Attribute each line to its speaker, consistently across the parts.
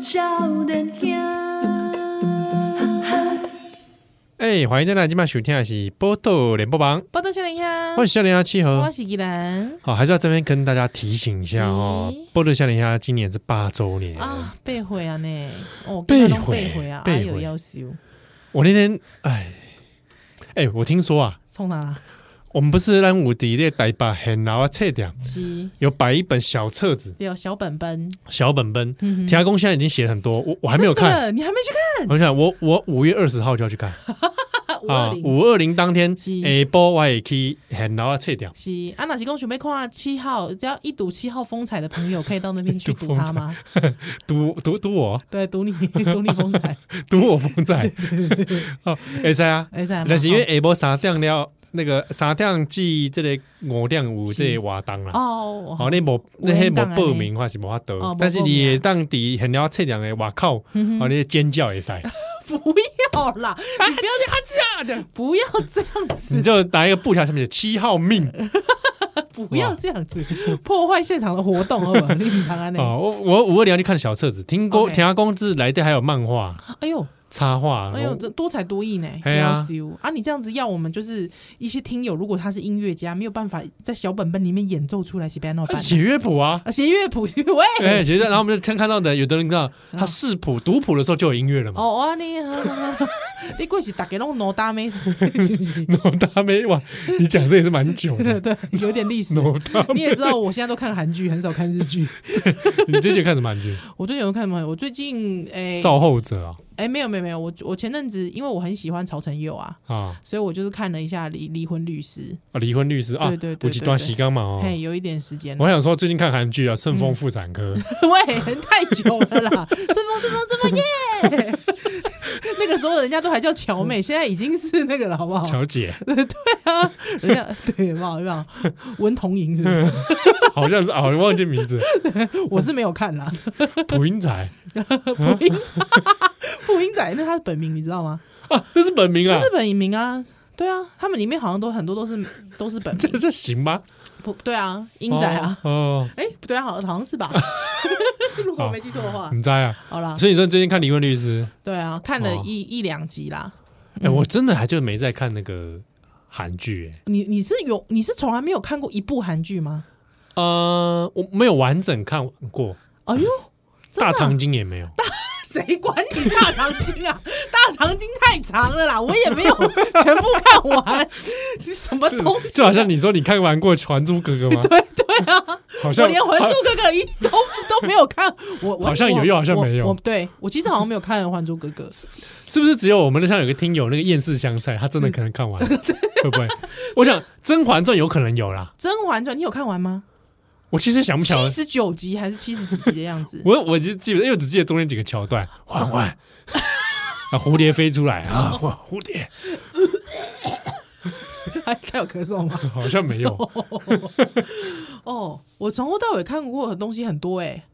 Speaker 1: 少年兄，
Speaker 2: 哎，欢迎再来！今晚收听的是《波豆联播榜》，
Speaker 3: 报道小林呀，
Speaker 2: 我是笑脸鸭七
Speaker 3: 我
Speaker 2: 和。
Speaker 3: 是依兰
Speaker 2: 好，还是要这边跟大家提醒一下哦
Speaker 3: 是，
Speaker 2: 波豆笑脸鸭今年是八周年。
Speaker 3: 啊，背回啊呢，哦，
Speaker 2: 背
Speaker 3: 背
Speaker 2: 回
Speaker 3: 背回啊，
Speaker 2: 背
Speaker 3: 哎
Speaker 2: 回
Speaker 3: 呦要修，
Speaker 2: 我那天，哎，哎，我听说啊，
Speaker 3: 冲哪
Speaker 2: 我们不是让五迪列台把很老啊册店
Speaker 3: 是
Speaker 2: 有摆一本小册子、
Speaker 3: 有小本本，
Speaker 2: 小本本。
Speaker 3: 嗯哼
Speaker 2: 田阿公现在已经写了很多，我我还没有
Speaker 3: 真
Speaker 2: 看。
Speaker 3: 的，你还没去看
Speaker 2: 我想我我五月二十号就要去看
Speaker 3: 五
Speaker 2: 啊
Speaker 3: 二，零
Speaker 2: 五二零当天，
Speaker 3: 是
Speaker 2: 哎，波我也去很老啊册店。
Speaker 3: 是啊，那是公准备看七号，只要一睹七号风采的朋友，可以到那 边去
Speaker 2: 一睹
Speaker 3: 读
Speaker 2: 风采
Speaker 3: 它吗？
Speaker 2: 读读读我
Speaker 3: 对，读你 读你风 采，
Speaker 2: 读我风在哦，哎塞啊，
Speaker 3: 哎，这还蛮
Speaker 2: 但是因为
Speaker 3: 好
Speaker 2: 下晡三点了，那个三点至这个五点有这个活动啦。
Speaker 3: 哦，
Speaker 2: 好，你无那
Speaker 3: 有
Speaker 2: 些
Speaker 3: 缘
Speaker 2: 无
Speaker 3: 档啊
Speaker 2: 报名的话是无法得
Speaker 3: 哦，
Speaker 2: 但是
Speaker 3: 没报
Speaker 2: 你
Speaker 3: 名啊嗯
Speaker 2: 会当地很了测量的外口，哦，你尖叫 会使，
Speaker 3: 不要啦，你不
Speaker 2: 假
Speaker 3: 要
Speaker 2: 的，
Speaker 3: 不要这样子
Speaker 2: 你，就拿一个布条上面写七号命
Speaker 3: 不要这样子破坏现场的活动，好不好？你啊唔通安 尼，
Speaker 2: 哦。我我五二零要去看小册子，听过
Speaker 3: OK
Speaker 2: 田阿公志来的还有漫画、
Speaker 3: 哎呦。
Speaker 2: 插画，
Speaker 3: 哎呦，
Speaker 2: 我
Speaker 3: 这多才多艺呢！
Speaker 2: 嘿啊
Speaker 3: 要修啊！你这样子要我们就是一些听友，如果他是音乐家，没有办法在小本本里面演奏出来，是别闹
Speaker 2: 啊
Speaker 3: 办
Speaker 2: 写乐谱啊。
Speaker 3: 啊，写乐谱是喂，
Speaker 2: 哎，写乐，然后我们就看看到的，有的人知道
Speaker 3: 嗯
Speaker 2: 他视谱读谱的时候就有音乐了嘛。
Speaker 3: 哦啊你，你过是大家拢挪大妹是不是？
Speaker 2: 脑大妹哇，你讲这也是蛮久的
Speaker 3: 对。对，有点历 史。
Speaker 2: 脑大
Speaker 3: 你也知道，我现在都看韩剧，很少看日剧。
Speaker 2: 你最近看什么韩剧？
Speaker 3: 我最近有看什么？我最近哎
Speaker 2: 造后者啊
Speaker 3: 哎，没有没有没有，我我前阵子因为我很喜欢曹承佑啊，
Speaker 2: 啊
Speaker 3: 所以我就是看了一下《离离婚律师
Speaker 2: 啊！离婚律师啊，
Speaker 3: 对对对
Speaker 2: 有一段时间嘛》，
Speaker 3: 嘿，
Speaker 2: 哦。
Speaker 3: 嗯有一点时间了
Speaker 2: 我。还想说最近看韩剧啊，《顺风妇产科》
Speaker 3: 喂，太久了啦！顺风顺风顺风耶！ 那个时候人家都还叫乔妹，现在已经是那个了，好不
Speaker 2: 嗯
Speaker 3: 好？
Speaker 2: 乔姐，
Speaker 3: 人家对，有没有有没有？文童莹是不
Speaker 2: 嗯
Speaker 3: 是？
Speaker 2: 好像是啊，我忘记名 字，
Speaker 3: 我是没有看啦。
Speaker 2: 蒲英才嗯
Speaker 3: 蒲英仔， 蒲英仔，那他的本名你知道吗？
Speaker 2: 啊，那是本名啊
Speaker 3: 他是，本名啊，对啊，他们里面好像都很多都是都是 本
Speaker 2: 这
Speaker 3: 名，
Speaker 2: 这行吗？
Speaker 3: 不对啊，英仔啊，
Speaker 2: 哦，
Speaker 3: 哎，不对啊，好好像是吧？ 如果我没记错的话
Speaker 2: 哦，你猜啊？
Speaker 3: 好啦，
Speaker 2: 所以你说最近看《离婚律师
Speaker 3: 对啊，看了
Speaker 2: 哦
Speaker 3: 一一两集啦。》？
Speaker 2: 哎，
Speaker 3: 嗯
Speaker 2: 我真的还就没在看那个韩剧，哎，
Speaker 3: 你你是有你是从来没有看过一部韩剧吗？
Speaker 2: 呃，我没有完整看过，
Speaker 3: 哎呦，真的
Speaker 2: 大
Speaker 3: 啊
Speaker 2: 长今也没有，
Speaker 3: 谁管你大长今啊？ 大长今太长了啦，我也没有 全部看完。你什么东 西？啊
Speaker 2: 就好像你说你看完过《还珠格格》吗？
Speaker 3: 对 对啊，
Speaker 2: 好像
Speaker 3: 我连《还珠格格》一都都没有看。我我
Speaker 2: 好像有
Speaker 3: 我
Speaker 2: 又好像没有
Speaker 3: 我我对我其实好像没有看《还珠格格》，
Speaker 2: 是不是只有我们那像有个听友那个厌世香菜，他真的可能看完 了，会不会？我想《甄嬛传》有可能有啦，
Speaker 3: 《甄嬛传》你有看完吗？
Speaker 2: 我其实想不起来？
Speaker 3: 七，十九集还是七十几集的样子
Speaker 2: 我我就记得，因为我只记得中间几个桥段，嬛嬛 啊，蝴蝶飞出来啊，哇，蝴蝶
Speaker 3: 还还有咳嗽吗？
Speaker 2: 好像没 有，
Speaker 3: 哦，我从头到尾看过的东西很多哎、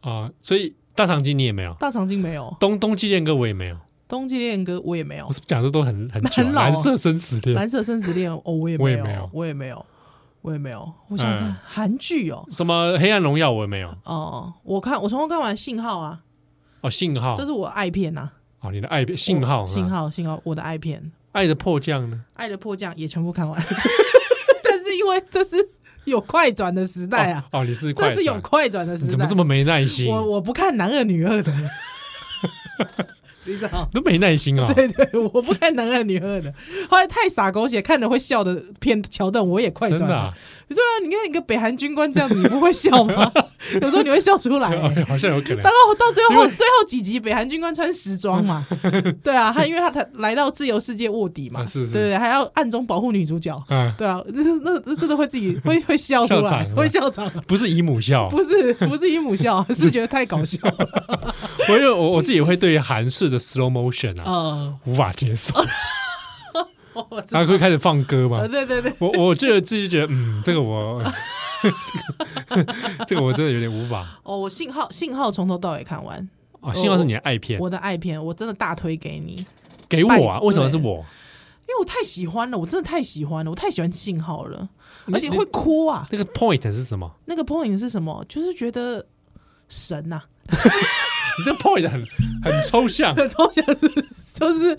Speaker 2: 啊，所以大长今你也没有，
Speaker 3: 大长今没有，《
Speaker 2: 东冬季恋歌我也没有，
Speaker 3: 冬季恋歌》我也没有
Speaker 2: 我，是不是讲的都很很久啊，
Speaker 3: 很老啊
Speaker 2: 蓝色生死
Speaker 3: 《
Speaker 2: 恋，
Speaker 3: 蓝色生死恋》哦，我也
Speaker 2: 我
Speaker 3: 没
Speaker 2: 也
Speaker 3: 有
Speaker 2: 没有，
Speaker 3: 我也没有，我也没有。我想看
Speaker 2: 嗯
Speaker 3: 韩剧哦，
Speaker 2: 什么黑暗荣耀我也没有，
Speaker 3: 哦，我看我从头看完《信号》啊，
Speaker 2: 哦，信号
Speaker 3: 这，是我爱片呐，
Speaker 2: 哦，你的爱信号，啊
Speaker 3: 我信，号，信号，我的爱片，
Speaker 2: 爱的迫降呢？
Speaker 3: 《爱的迫降》也全部看完， 但是因为这是有快转的时代啊，
Speaker 2: 哦，哦你是快
Speaker 3: 这是有
Speaker 2: 转
Speaker 3: 快转的时
Speaker 2: 你
Speaker 3: 代，
Speaker 2: 怎么这么没耐心？
Speaker 3: 我我不看男二女 二的，李长。
Speaker 2: 都没耐心啊、
Speaker 3: 对对，我不看男二女二的，后来太傻狗血，看了会笑的片桥段我也快
Speaker 2: 真
Speaker 3: 转
Speaker 2: 的
Speaker 3: 了
Speaker 2: 啊、。
Speaker 3: 对啊，你看一个北韩军官这样子，你不会笑 吗？有时候你会笑出来、
Speaker 2: 哎
Speaker 3: 欸。
Speaker 2: 好像有可能
Speaker 3: 到。到最后最后几集，北韩军官穿时装嘛，对啊，他因为他他来到自由世界卧底嘛，
Speaker 2: 啊是是
Speaker 3: 对对，还要暗中保护女主角，
Speaker 2: 啊，
Speaker 3: 对啊，那那那真的会自 己会会笑出
Speaker 2: 笑
Speaker 3: 来
Speaker 2: 场，啊了
Speaker 3: 会笑场，
Speaker 2: 不是姨母笑，
Speaker 3: 不是不是姨 母笑，是觉得太搞笑了，
Speaker 2: 我因为我我自己会对韩式的 slow motion 啊、
Speaker 3: 嗯，
Speaker 2: 无法接受，
Speaker 3: 我知
Speaker 2: 然后会开始放歌嘛
Speaker 3: 呃。哦对对对，
Speaker 2: 我我觉得自己觉得，嗯，这个我 这个这个我真的有点无法
Speaker 3: 哦，我信号信号从头到尾看完，
Speaker 2: 啊。幸好是你的爱片，
Speaker 3: 哦我的爱片，我真的大推给你，因
Speaker 2: 给我啊，
Speaker 3: 拜
Speaker 2: 为什么是我？
Speaker 3: 为我太喜欢了，我真的太喜欢了，我太喜欢信号了，而且
Speaker 2: 那
Speaker 3: 会哭啊，
Speaker 2: 那个 point 是什么？
Speaker 3: 啊 那个 point 是什么？就是觉得神呐、
Speaker 2: 你这个 point 很很抽象。
Speaker 3: 抽象是就是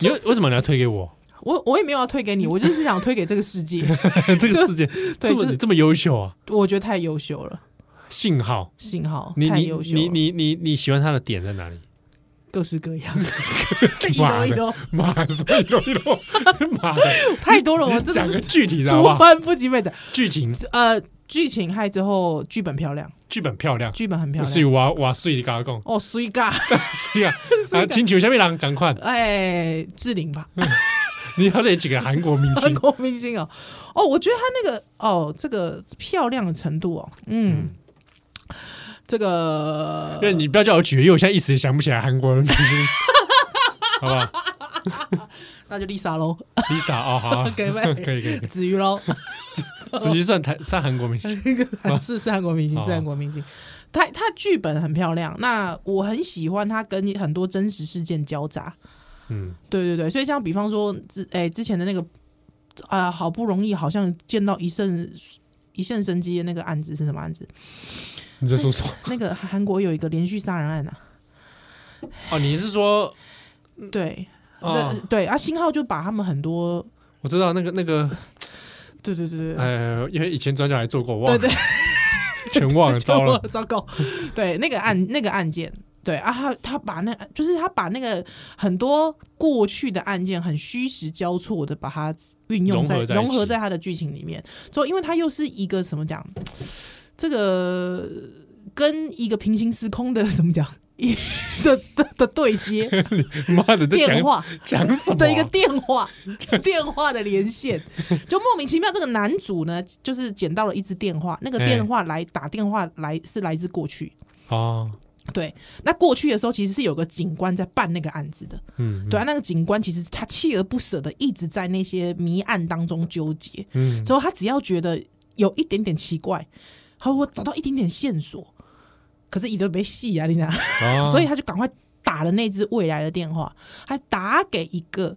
Speaker 2: 你为为什么你要推给我？
Speaker 3: 我我也没有要推给你，我就是想推 给这个世界，
Speaker 2: 这个世界
Speaker 3: 对
Speaker 2: 这
Speaker 3: 就
Speaker 2: 么
Speaker 3: 是
Speaker 2: 这么优秀啊！
Speaker 3: 我觉得太优秀了，
Speaker 2: 幸好
Speaker 3: 幸好
Speaker 2: 你
Speaker 3: 太
Speaker 2: 你
Speaker 3: 优秀了
Speaker 2: 你你你你喜欢他的点在哪里？
Speaker 3: 各式 各样，一
Speaker 2: 妈
Speaker 3: 楼
Speaker 2: 的
Speaker 3: 一楼
Speaker 2: 妈的，什么一楼一 楼，妈的，
Speaker 3: 太多了，我真
Speaker 2: 讲
Speaker 3: 的
Speaker 2: 个
Speaker 3: 是
Speaker 2: 具体的好
Speaker 3: 竹
Speaker 2: 不好？
Speaker 3: 翻不及被宰。
Speaker 2: 剧情
Speaker 3: 呃，剧情害之后，剧本漂亮，
Speaker 2: 剧本漂亮，
Speaker 3: 剧本很漂
Speaker 2: 是
Speaker 3: 亮。
Speaker 2: 瓦瓦碎的嘎讲，
Speaker 3: 哦，水嘎，
Speaker 2: 是 啊，啊，请求下面人赶快，
Speaker 3: 哎，志玲吧，
Speaker 2: 你还得几个韩国明
Speaker 3: 韩
Speaker 2: 星，
Speaker 3: 国明星哦。哦，我觉得他那个哦，这个漂亮的程度哦，嗯，这个
Speaker 2: 因为你不要叫我举，因为我现在一时也想不起来韩国明 星，好不好
Speaker 3: 那就丽莎喽，
Speaker 2: ？Lisa 哦，好，
Speaker 3: 给
Speaker 2: 可
Speaker 3: 呗，
Speaker 2: 以可 以，可以
Speaker 3: 子瑜喽，
Speaker 2: 直接算台算韩国明星，
Speaker 3: 是是韩国明星，
Speaker 2: 哦
Speaker 3: 是韩国明星。他他剧本很漂亮，那我很喜欢他跟很多真实事件交杂。
Speaker 2: 嗯，
Speaker 3: 对对对，所以像比方说之哎、之前的那个啊、好不容易好像见到一线一线生机的那个案子是什么案子？
Speaker 2: 你在说什么？
Speaker 3: 那个韩国有一个连续杀人案啊，
Speaker 2: 哦，你是说，
Speaker 3: 对，
Speaker 2: 哦
Speaker 3: 这，对啊，新浩就把他们很多，
Speaker 2: 我知道那个那个，
Speaker 3: 对对对对。
Speaker 2: 呃，因为以前转角还做过，我
Speaker 3: 对
Speaker 2: 忘了
Speaker 3: 对，
Speaker 2: 全忘了， 糟了，，
Speaker 3: 糟糕！对，那个案那个案件，对啊，他他把那就是他把那个很多过去的案件很虚实交错的把它运用在
Speaker 2: 融合在一起
Speaker 3: 融合在他的剧情里面，所以因为他又是一个怎么讲，这个跟一个平行时空的怎么讲？ 一的的的对接
Speaker 2: 妈的，在
Speaker 3: 电
Speaker 2: 讲
Speaker 3: 话
Speaker 2: 讲什么啊？
Speaker 3: 的一个电话 电话的连线，就莫名其妙这个男主呢，就是捡到了一支电话，那个
Speaker 2: 哎
Speaker 3: 电话来打电话来是来自过去，
Speaker 2: 哦，
Speaker 3: 对，那过去的时候其实是有个警官在办那个案子的，
Speaker 2: 嗯，
Speaker 3: 对啊，那个警官其实他锲而不舍的一直在那些谜案当中纠结，
Speaker 2: 嗯，
Speaker 3: 之后他只要觉得有一点点奇怪，好，我找到一点点线索，可是一都没戏啊，你想，
Speaker 2: 哦
Speaker 3: 所以他就赶快打了那只未来的电话，还打给一个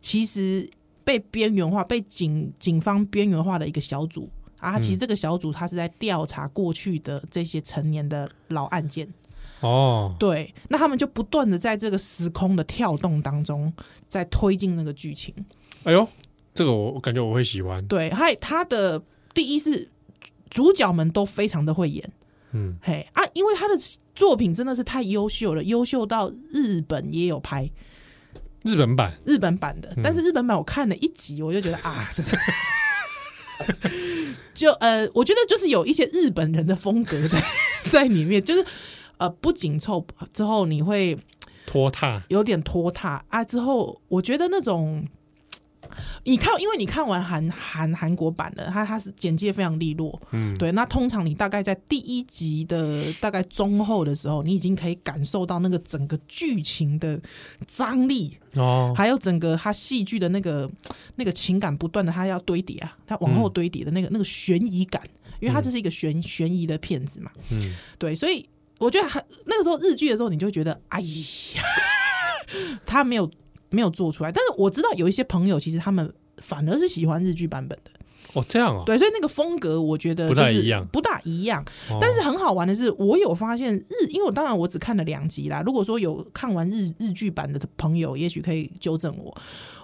Speaker 3: 其实被边缘化、被警警方边缘化的一个小组啊，其实这个小组他是在调查过去的这些成年的老案件。
Speaker 2: 哦，
Speaker 3: 对，那他们就不断的在这个时空的跳动当中，在推进那个剧情。
Speaker 2: 哎呦，这个我我感觉我会喜欢，
Speaker 3: 对，还他的第一是主角们都非常的会演，
Speaker 2: 嗯，
Speaker 3: 嘿啊，因为他的作品真的是太优秀了，优秀到日本也有拍
Speaker 2: 日本版
Speaker 3: 日本版的，但是日本版我看了一集，我就觉得啊， 真的。就呃，我觉得就是有一些日本人的风格 在在里面，就是呃不紧凑之后，你会
Speaker 2: 拖沓，
Speaker 3: 有点拖沓啊。之后我觉得那种，你看，因为你看完韩韩韩国版的，它它是简介非常利落，
Speaker 2: 嗯，
Speaker 3: 对。那通常你大概在第一集的大概中后的时候，你已经可以感受到那个整个剧情的张力，
Speaker 2: 哦，
Speaker 3: 还有整个它戏剧的那个那个情感不断的它要堆叠啊，它往后堆叠的那个、那个悬疑感，因为它这是一个悬悬疑的片子嘛，
Speaker 2: 嗯，
Speaker 3: 对，所以我觉得还那个时候日剧的时候，你就会觉得，哎呀， 他没有没有做出来。但是我知道有一些朋友，其实他们反而是喜欢日剧版本的，
Speaker 2: 哦，这样哦，
Speaker 3: 对，所以那个风格我觉得、
Speaker 2: 不
Speaker 3: 就
Speaker 2: 大
Speaker 3: 是、
Speaker 2: 一样
Speaker 3: 不大一样。
Speaker 2: 哦
Speaker 3: 但是很好玩的是，我有发现日，因为我当然我只看了两集啦。如果说有看完日日剧版的朋友，也许可以纠正我。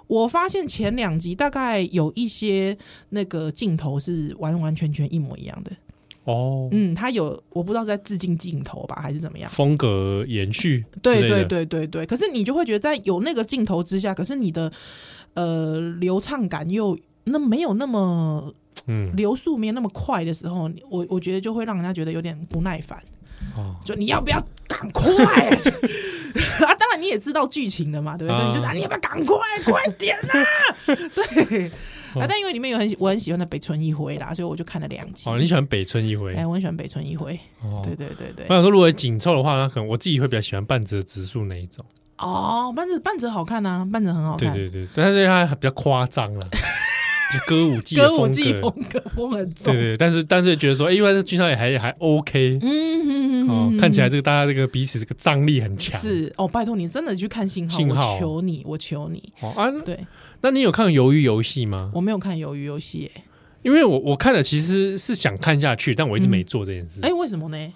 Speaker 3: 我发现前两集大概有一些那个镜头是完完全全一模一样的，
Speaker 2: 哦，
Speaker 3: 嗯，他有我不知道是在致敬镜头吧，还是怎么样？
Speaker 2: 风格延续，
Speaker 3: 对对，对对对，可是你就会觉得在有那个镜头之下，可是你的呃流畅感又那没有那么
Speaker 2: 嗯，
Speaker 3: 流速没有那么快的时候，你我我觉得就会让人家觉得有点不耐烦，
Speaker 2: 哦，
Speaker 3: 就你要不要赶 快啊？当然你也知道剧情了嘛，对不对？所以你就
Speaker 2: 啊
Speaker 3: 啊你要不要赶快快点啊？ 对
Speaker 2: 哦
Speaker 3: 啊，但因为里面有很喜我很喜欢的北村一辉啦，所以我就看了两集。
Speaker 2: 哦，你喜欢北村一辉
Speaker 3: 哎，，我很喜欢北村一辉，
Speaker 2: 哦，
Speaker 3: 对对对对
Speaker 2: 我。想说，如果紧凑的话，那可能我自己会比较喜欢半泽直树那一种，
Speaker 3: 哦，半折半折好看啊，半折很好
Speaker 2: 对
Speaker 3: 看。
Speaker 2: 对对，但是它比较夸张 啦，是歌舞伎的
Speaker 3: 歌舞伎风
Speaker 2: 格，
Speaker 3: 格风很
Speaker 2: 对。
Speaker 3: 重
Speaker 2: 对，但是但是觉得说，哎，因为这剧上也还还 OK，
Speaker 3: 嗯
Speaker 2: 哦，看起来这个大家这个彼此这个张力很强，
Speaker 3: 是哦，拜托你真的去看信号，
Speaker 2: 信号
Speaker 3: 我求你，我求你。
Speaker 2: 哦啊，
Speaker 3: 对
Speaker 2: 那你有看《鱿鱼游戏》吗？
Speaker 3: 我没有看《鱿鱼游戏》欸，嗯
Speaker 2: 因为我我看了，其实是想看下去，但我一直没做这件事。
Speaker 3: 哎、为什么呢？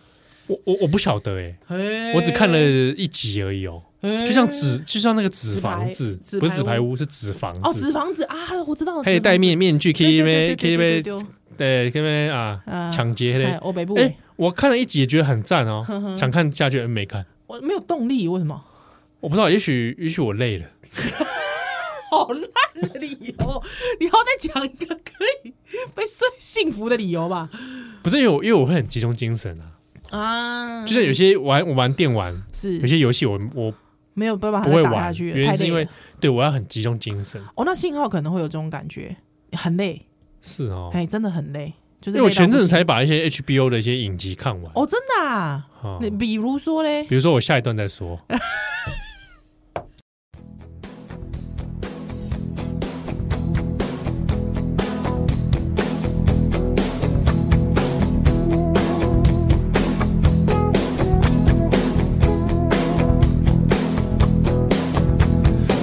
Speaker 2: 我我我不晓得哎、
Speaker 3: 嘿
Speaker 2: 我只看了一集而已哦。
Speaker 3: 嘿
Speaker 2: 就像纸，就像那个纸房
Speaker 3: 纸
Speaker 2: 子
Speaker 3: 嗯牌纸，
Speaker 2: 不是纸
Speaker 3: 牌
Speaker 2: 牌
Speaker 3: 屋
Speaker 2: 屋，是纸房
Speaker 3: 哦，纸
Speaker 2: 子。
Speaker 3: 房子啊，我知道，
Speaker 2: 还有戴面面具
Speaker 3: 纸房
Speaker 2: ，K
Speaker 3: 子，
Speaker 2: 呗
Speaker 3: 对
Speaker 2: K 呗，
Speaker 3: 对对对对
Speaker 2: 对
Speaker 3: 对
Speaker 2: K 呗啊，
Speaker 3: 啊
Speaker 2: 抢劫
Speaker 3: 对
Speaker 2: 嘞
Speaker 3: 哎，。我北部
Speaker 2: 哎，我看了一集也觉得很赞哦
Speaker 3: 呵呵，
Speaker 2: 想看下去，嗯没看。
Speaker 3: 我没有动力，为什么？
Speaker 2: 我不知道，也许也许我累了。
Speaker 3: 好烂的理由， 你要再讲一个可以被睡幸福的理由吧？
Speaker 2: 不是因为我，因为我会很集中精神啊。
Speaker 3: 啊，
Speaker 2: 就像有些玩我玩电玩，有
Speaker 3: 是
Speaker 2: 些游戏我我
Speaker 3: 没有办法
Speaker 2: 不
Speaker 3: 再
Speaker 2: 会
Speaker 3: 打下
Speaker 2: 玩，
Speaker 3: 去了，
Speaker 2: 原因
Speaker 3: 太
Speaker 2: 是
Speaker 3: 累
Speaker 2: 因为
Speaker 3: 了。
Speaker 2: 对我要很集中精神。
Speaker 3: 哦，那信号可能会有这种感觉，很累，
Speaker 2: 是哦，
Speaker 3: 哎，真的很累，就
Speaker 2: 因
Speaker 3: 是
Speaker 2: 为我
Speaker 3: 累到
Speaker 2: 前阵子
Speaker 3: 不行
Speaker 2: 才把一些 HBO 的一些影集看完。
Speaker 3: 哦，真的啊，
Speaker 2: 哦
Speaker 3: 那比如说嘞，
Speaker 2: 比如说我下一段再 说。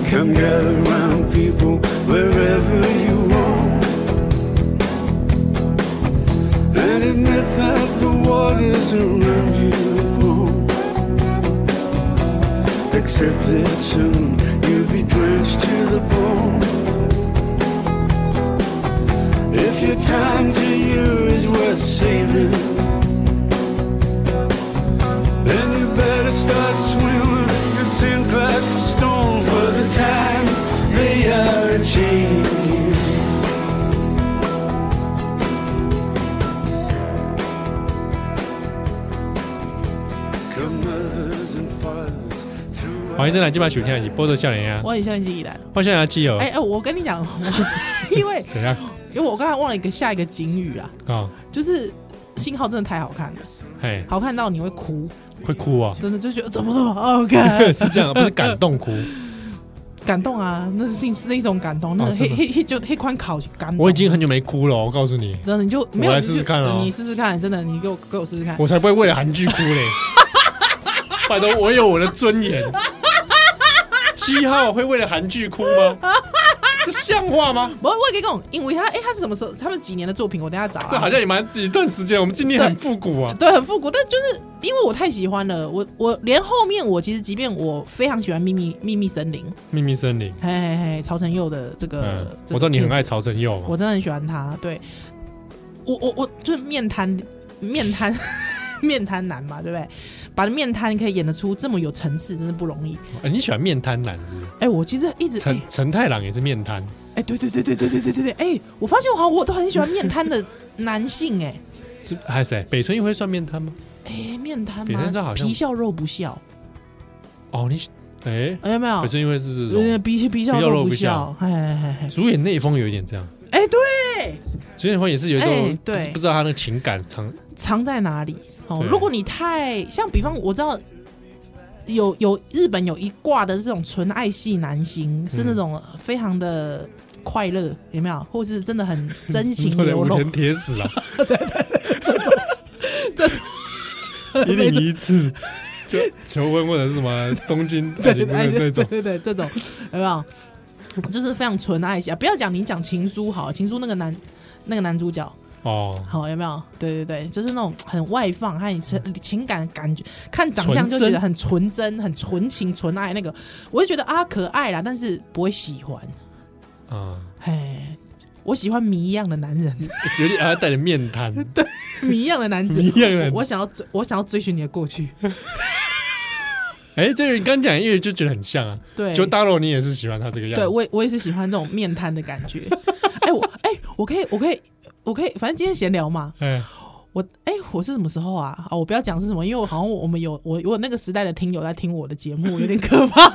Speaker 1: Come gather round people wherever you roam And admit that the waters around you are warm Except that soon you'll be drenched to the bone If your time to you is worth saving then you better start swimming. You sink like a stone for the time they are a changing. Come mothers and fathers through
Speaker 2: 欢迎再来今晚收听的是《波多笑脸呀》，
Speaker 3: 我很相信依兰。
Speaker 2: 欢迎笑脸基友哦
Speaker 3: 哎，哎，我跟你讲， 我因为
Speaker 2: 怎样
Speaker 3: 因为我刚才忘了一个下一个警语啊，
Speaker 2: 啊？
Speaker 3: 就是信号真的太好看了，
Speaker 2: 哎，
Speaker 3: 好看到你会哭，
Speaker 2: 会哭 啊？，
Speaker 3: 真的就觉得怎么那么好看
Speaker 2: 是这样，不是感动哭。
Speaker 3: 感动啊，那是信是一种感动，那
Speaker 2: 哦
Speaker 3: 个
Speaker 2: 真
Speaker 3: 黑
Speaker 2: 的
Speaker 3: 黑黑就黑款烤感动。
Speaker 2: 我已经很久没哭了，我告诉你，
Speaker 3: 真的你就没有
Speaker 2: 我来
Speaker 3: 你就
Speaker 2: 试
Speaker 3: 呃
Speaker 2: 试看哦
Speaker 3: 你试试看，真的你给我给我试试看。
Speaker 2: 我才不会为了韩剧哭嘞。拜托，我有我的尊严。七号会为了韩剧哭吗？这像话吗？
Speaker 3: 我我也可以讲，因为他哎、他是什么时候？他们几年的作品？我等一下找、啊。
Speaker 2: 这好像也蛮一段时间，我们今天很复古啊。
Speaker 3: 对，很复古，但就是因为我太喜欢了，我我连后面我其实即便我非常喜欢秘密秘密森林，
Speaker 2: 秘密森林，
Speaker 3: 嘿嘿嘿，曹承佑的这个，
Speaker 2: 嗯，
Speaker 3: 呃这个
Speaker 2: 我知道你很
Speaker 3: 片
Speaker 2: 爱曹承佑嘛
Speaker 3: 我，真的很喜欢他。对，我我我就是面瘫面瘫 面瘫男嘛，对不对？把面瘫可以演得出这么有层次，真的不容易。
Speaker 2: 呃你喜欢面瘫男是不是？
Speaker 3: 哎、我其实一直哎
Speaker 2: 陈陈太郎也是面瘫，
Speaker 3: 哎对对对对对对对对对，哎、我发现我好像我都很喜欢面瘫的男性、哎
Speaker 2: 是还是谁？北村一辉算面瘫吗？
Speaker 3: 哎、面瘫
Speaker 2: 别人说
Speaker 3: 吗？
Speaker 2: 好像
Speaker 3: 皮笑肉不笑，
Speaker 2: 哦，你喜哎、
Speaker 3: 哎、有没有
Speaker 2: 北？村一辉是这
Speaker 3: 对，
Speaker 2: 种
Speaker 3: 皮皮笑
Speaker 2: 皮笑
Speaker 3: 肉
Speaker 2: 肉
Speaker 3: 不
Speaker 2: 不
Speaker 3: 笑
Speaker 2: 笑，
Speaker 3: 哎哎哎
Speaker 2: 主演内丰有一点这样，
Speaker 3: 哎，哎对，
Speaker 2: 主演内丰也是有一种、
Speaker 3: 哎对
Speaker 2: 不是不知道他那个情感藏
Speaker 3: 藏在哪里？哦，
Speaker 2: 对
Speaker 3: 如果你太像，比方我知道有有日本有一挂的这种纯爱系男
Speaker 2: 嗯
Speaker 3: 星，是那种非常的快乐，有没有？或是真的很真情
Speaker 2: 说的
Speaker 3: 流
Speaker 2: 武
Speaker 3: 露
Speaker 2: 田铁史啊，
Speaker 3: 这种。
Speaker 2: 一零一次就求婚或者是什么东 京
Speaker 3: 对
Speaker 2: 爱
Speaker 3: 对
Speaker 2: 情故事
Speaker 3: 对
Speaker 2: 那
Speaker 3: 对
Speaker 2: 种，
Speaker 3: 对对，这种有没有？就是非常纯爱系啊！不要讲你讲情书好，情书那个男那个男主角
Speaker 2: 哦，
Speaker 3: 好有没有？对对对，就是那种很外放，还有你情情感感觉，看长相
Speaker 2: 纯
Speaker 3: 就觉
Speaker 2: 真
Speaker 3: 得很嗯纯真、很纯情、纯爱那个，我就觉得啊可爱啦，但是不会喜欢。
Speaker 2: 啊、
Speaker 3: 嘿，我喜欢谜一样的男人，
Speaker 2: 有点还带点面瘫，
Speaker 3: 谜一样的男子，
Speaker 2: 谜一样的男子
Speaker 3: 我我想要追，我想要追寻你的过去。
Speaker 2: 哎、这个你刚讲，因为就觉得很像啊。
Speaker 3: 对，
Speaker 2: 就大陆你也是喜欢他这个样
Speaker 3: 对
Speaker 2: 子，
Speaker 3: 我也我也是喜欢这种面瘫的感 觉。哎、我哎、我可以我可以我可以，反正今天闲聊嘛。
Speaker 2: 哎，
Speaker 3: 我哎、我是什么时候啊？啊，我不要讲是什么，因为我好像我们有我我那个时代的听友在听我的节目，有点可 怕。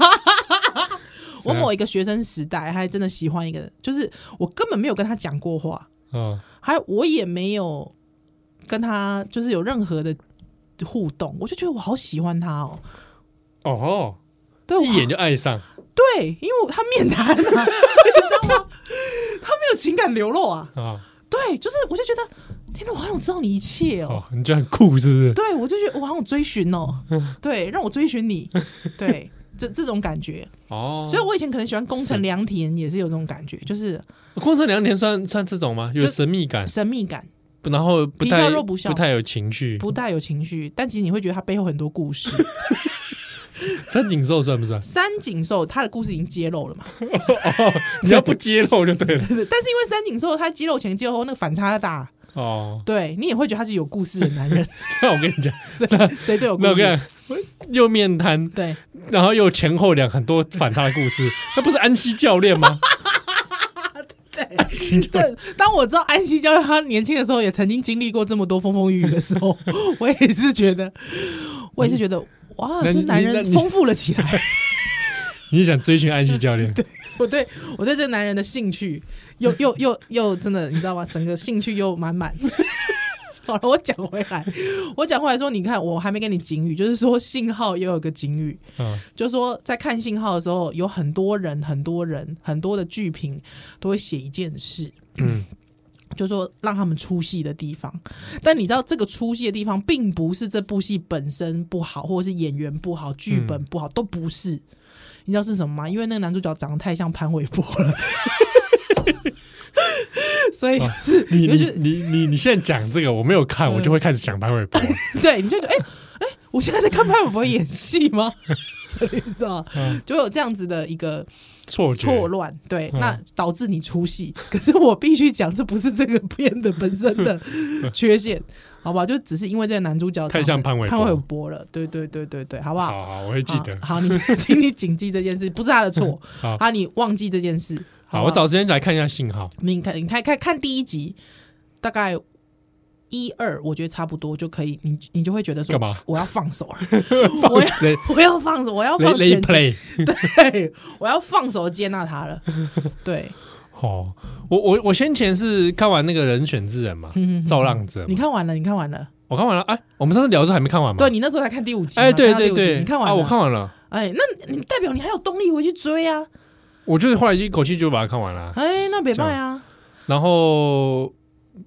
Speaker 3: 我某
Speaker 2: 啊
Speaker 3: 一个学生时代还真的喜欢一个，就是我根本没有跟他讲过话，
Speaker 2: 哦，
Speaker 3: 还我也没有跟他就是有任何的互动，我就觉得我好喜欢他哦。
Speaker 2: 哦，
Speaker 3: 对，我
Speaker 2: 一眼就爱上，
Speaker 3: 对，因为我他面瘫啊，你知 道吗？他没有情感流露啊。
Speaker 2: 啊
Speaker 3: 对，就是我就觉得，天哪，我好想知道你一切哦。
Speaker 2: 哦，你觉得很酷是不是？
Speaker 3: 对，我就觉得我好想追寻哦。
Speaker 2: 嗯
Speaker 3: 对，让我追寻你。对，这这种感觉。
Speaker 2: 哦，
Speaker 3: 所以我以前可能喜欢宫城良田，也是有这种感觉，就是
Speaker 2: 空城良田算算这种吗？有神秘感
Speaker 3: 神秘感。
Speaker 2: 然后不
Speaker 3: 皮
Speaker 2: 太
Speaker 3: 笑肉不笑
Speaker 2: 太有情绪。
Speaker 3: 不带有情绪，但其实你会觉得它背后很多 故事。
Speaker 2: 三井寿算不 算？
Speaker 3: 三井寿他的故事已经揭露了嘛，
Speaker 2: 你要不揭露就对了。
Speaker 3: 但是因为三井寿他揭露前揭露后那个反差大，
Speaker 2: 哦，
Speaker 3: 对你也会觉得他是有故事的男人，
Speaker 2: 那我跟你讲，
Speaker 3: 谁谁最有故
Speaker 2: 那我跟
Speaker 3: 事？
Speaker 2: 你讲，又面瘫，
Speaker 3: 对，
Speaker 2: 然后又前后两很多反差的故事， 那不是安西教练吗？安西教练
Speaker 3: 对， 当我知道安西教练他年轻的时候也曾经经历过这么多风风雨雨的 时候，我也是觉得，我也是觉得，哇，
Speaker 2: 那你
Speaker 3: 这男
Speaker 2: 那
Speaker 3: 人
Speaker 2: 你
Speaker 3: 丰富了起来。
Speaker 2: 你想追寻安西教练？
Speaker 3: 我对我对这个男人的兴趣又又又又真的，你知道吗？整个兴趣又满满。 好了，我讲回来，我讲回来说，你看我还没跟你警语，就是说信号也有个警语，
Speaker 2: 嗯，
Speaker 3: 就是说在看信号的时候，有很多人、很多人、很多的剧评都会写一件事，
Speaker 2: 嗯，
Speaker 3: 就说让他们出戏的地方。但你知道这个出戏的地方，并不是这部戏本身不好，或者是演员不好、剧本
Speaker 2: 嗯
Speaker 3: 不好，都不是。你知道是什么吗？因为那个男主角长得太像潘玮柏了， 所以就是、
Speaker 2: 你
Speaker 3: 尤
Speaker 2: 你
Speaker 3: 其是嗯
Speaker 2: 你你你现在讲这个，我没有看，我就会开始想潘玮 柏。
Speaker 3: 对，你就觉得哎哎、我现在在看潘玮柏演戏吗？ 你知道吗，就有这样子的一个
Speaker 2: 错觉，
Speaker 3: 错乱，对，
Speaker 2: 嗯
Speaker 3: 那导致你出戏。可是我必须讲，这不是这个片的本身 的缺陷，好不好？就只是因为这个男主角
Speaker 2: 太像潘玮柏
Speaker 3: 潘玮柏了，对对对对对，好不好？
Speaker 2: 好好，我会记得。
Speaker 3: 好，好你 请你谨记这件事，不是他的错
Speaker 2: 好
Speaker 3: 啊，你忘记这件事。
Speaker 2: 好，
Speaker 3: 不
Speaker 2: 我找时间来看一下信 号。
Speaker 3: 你看，你看看看第一集，大概一二，我觉得差不多就可以，你你就会觉得说
Speaker 2: 干嘛
Speaker 3: 我要 放手了，
Speaker 2: 放
Speaker 3: 我要
Speaker 2: 雷
Speaker 3: 我要放手，我要
Speaker 2: 雷
Speaker 3: 放
Speaker 2: 雷
Speaker 3: 前进，
Speaker 2: play。
Speaker 3: 对， 我要放手接纳他了，对。
Speaker 2: 哦，我我我先前是看完那个人选之人嘛，造浪者嘛，
Speaker 3: 嗯你看完了，你看完了，
Speaker 2: 我看完了。哎，我们上次聊的时候还没看完吗？
Speaker 3: 对，你那时候才看第五集嘛，
Speaker 2: 哎，对
Speaker 3: 看到第
Speaker 2: 对
Speaker 3: 五集
Speaker 2: 对，
Speaker 3: 你看完
Speaker 2: 啊，
Speaker 3: 了，
Speaker 2: 我看，完了。
Speaker 3: 哎，那你代表你还有动力回去追啊，
Speaker 2: 我就是后来一口气就把它看完了，
Speaker 3: 哎，那
Speaker 2: 哦
Speaker 3: 别卖啊，
Speaker 2: 然后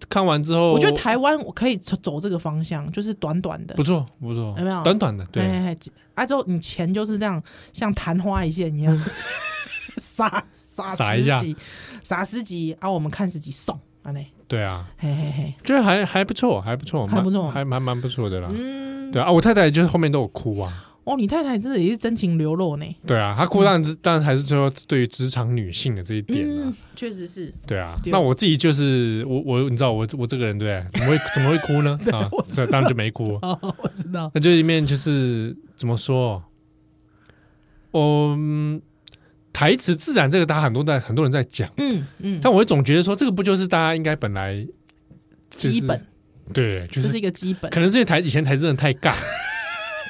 Speaker 2: 看完之后，
Speaker 3: 我觉得台湾我可以走走这个方向，就是短短的
Speaker 2: 不，错不错，
Speaker 3: 有没有
Speaker 2: 短短的？
Speaker 3: 哎
Speaker 2: 对，
Speaker 3: 哎，哎啊之后你钱就是这样像昙花一现一样， 撒撒
Speaker 2: 撒一下
Speaker 3: 十集，撒十集啊，我们看十集送啊嘞，
Speaker 2: 对啊，
Speaker 3: 嘿嘿嘿，
Speaker 2: 觉得还还不错，还不错，
Speaker 3: 还不错
Speaker 2: 蛮还蛮蛮不错的啦。
Speaker 3: 嗯，
Speaker 2: 对啊，我太太就是后面都有哭啊，
Speaker 3: 哦，你太太真的也是真情流露呢，
Speaker 2: 对啊，她哭当然当然还是说对于职场女性的这一点啊
Speaker 3: 嗯，，确实是，
Speaker 2: 对啊，
Speaker 3: 对
Speaker 2: 那我自己就是我我你知道我我这个人对不对，怎么会怎么会哭 呢？啊，这当然就没哭。
Speaker 3: 哦，我知道，
Speaker 2: 那这里面就是怎么说，嗯，台词自然这个大家很多在很多人在讲，
Speaker 3: 嗯嗯，
Speaker 2: 但我会总觉得说这个不就是大家应该本来就是
Speaker 3: 基本
Speaker 2: 对，就
Speaker 3: 这
Speaker 2: 是
Speaker 3: 是一个基本。
Speaker 2: 可能是因为台以前台词真的太 尬，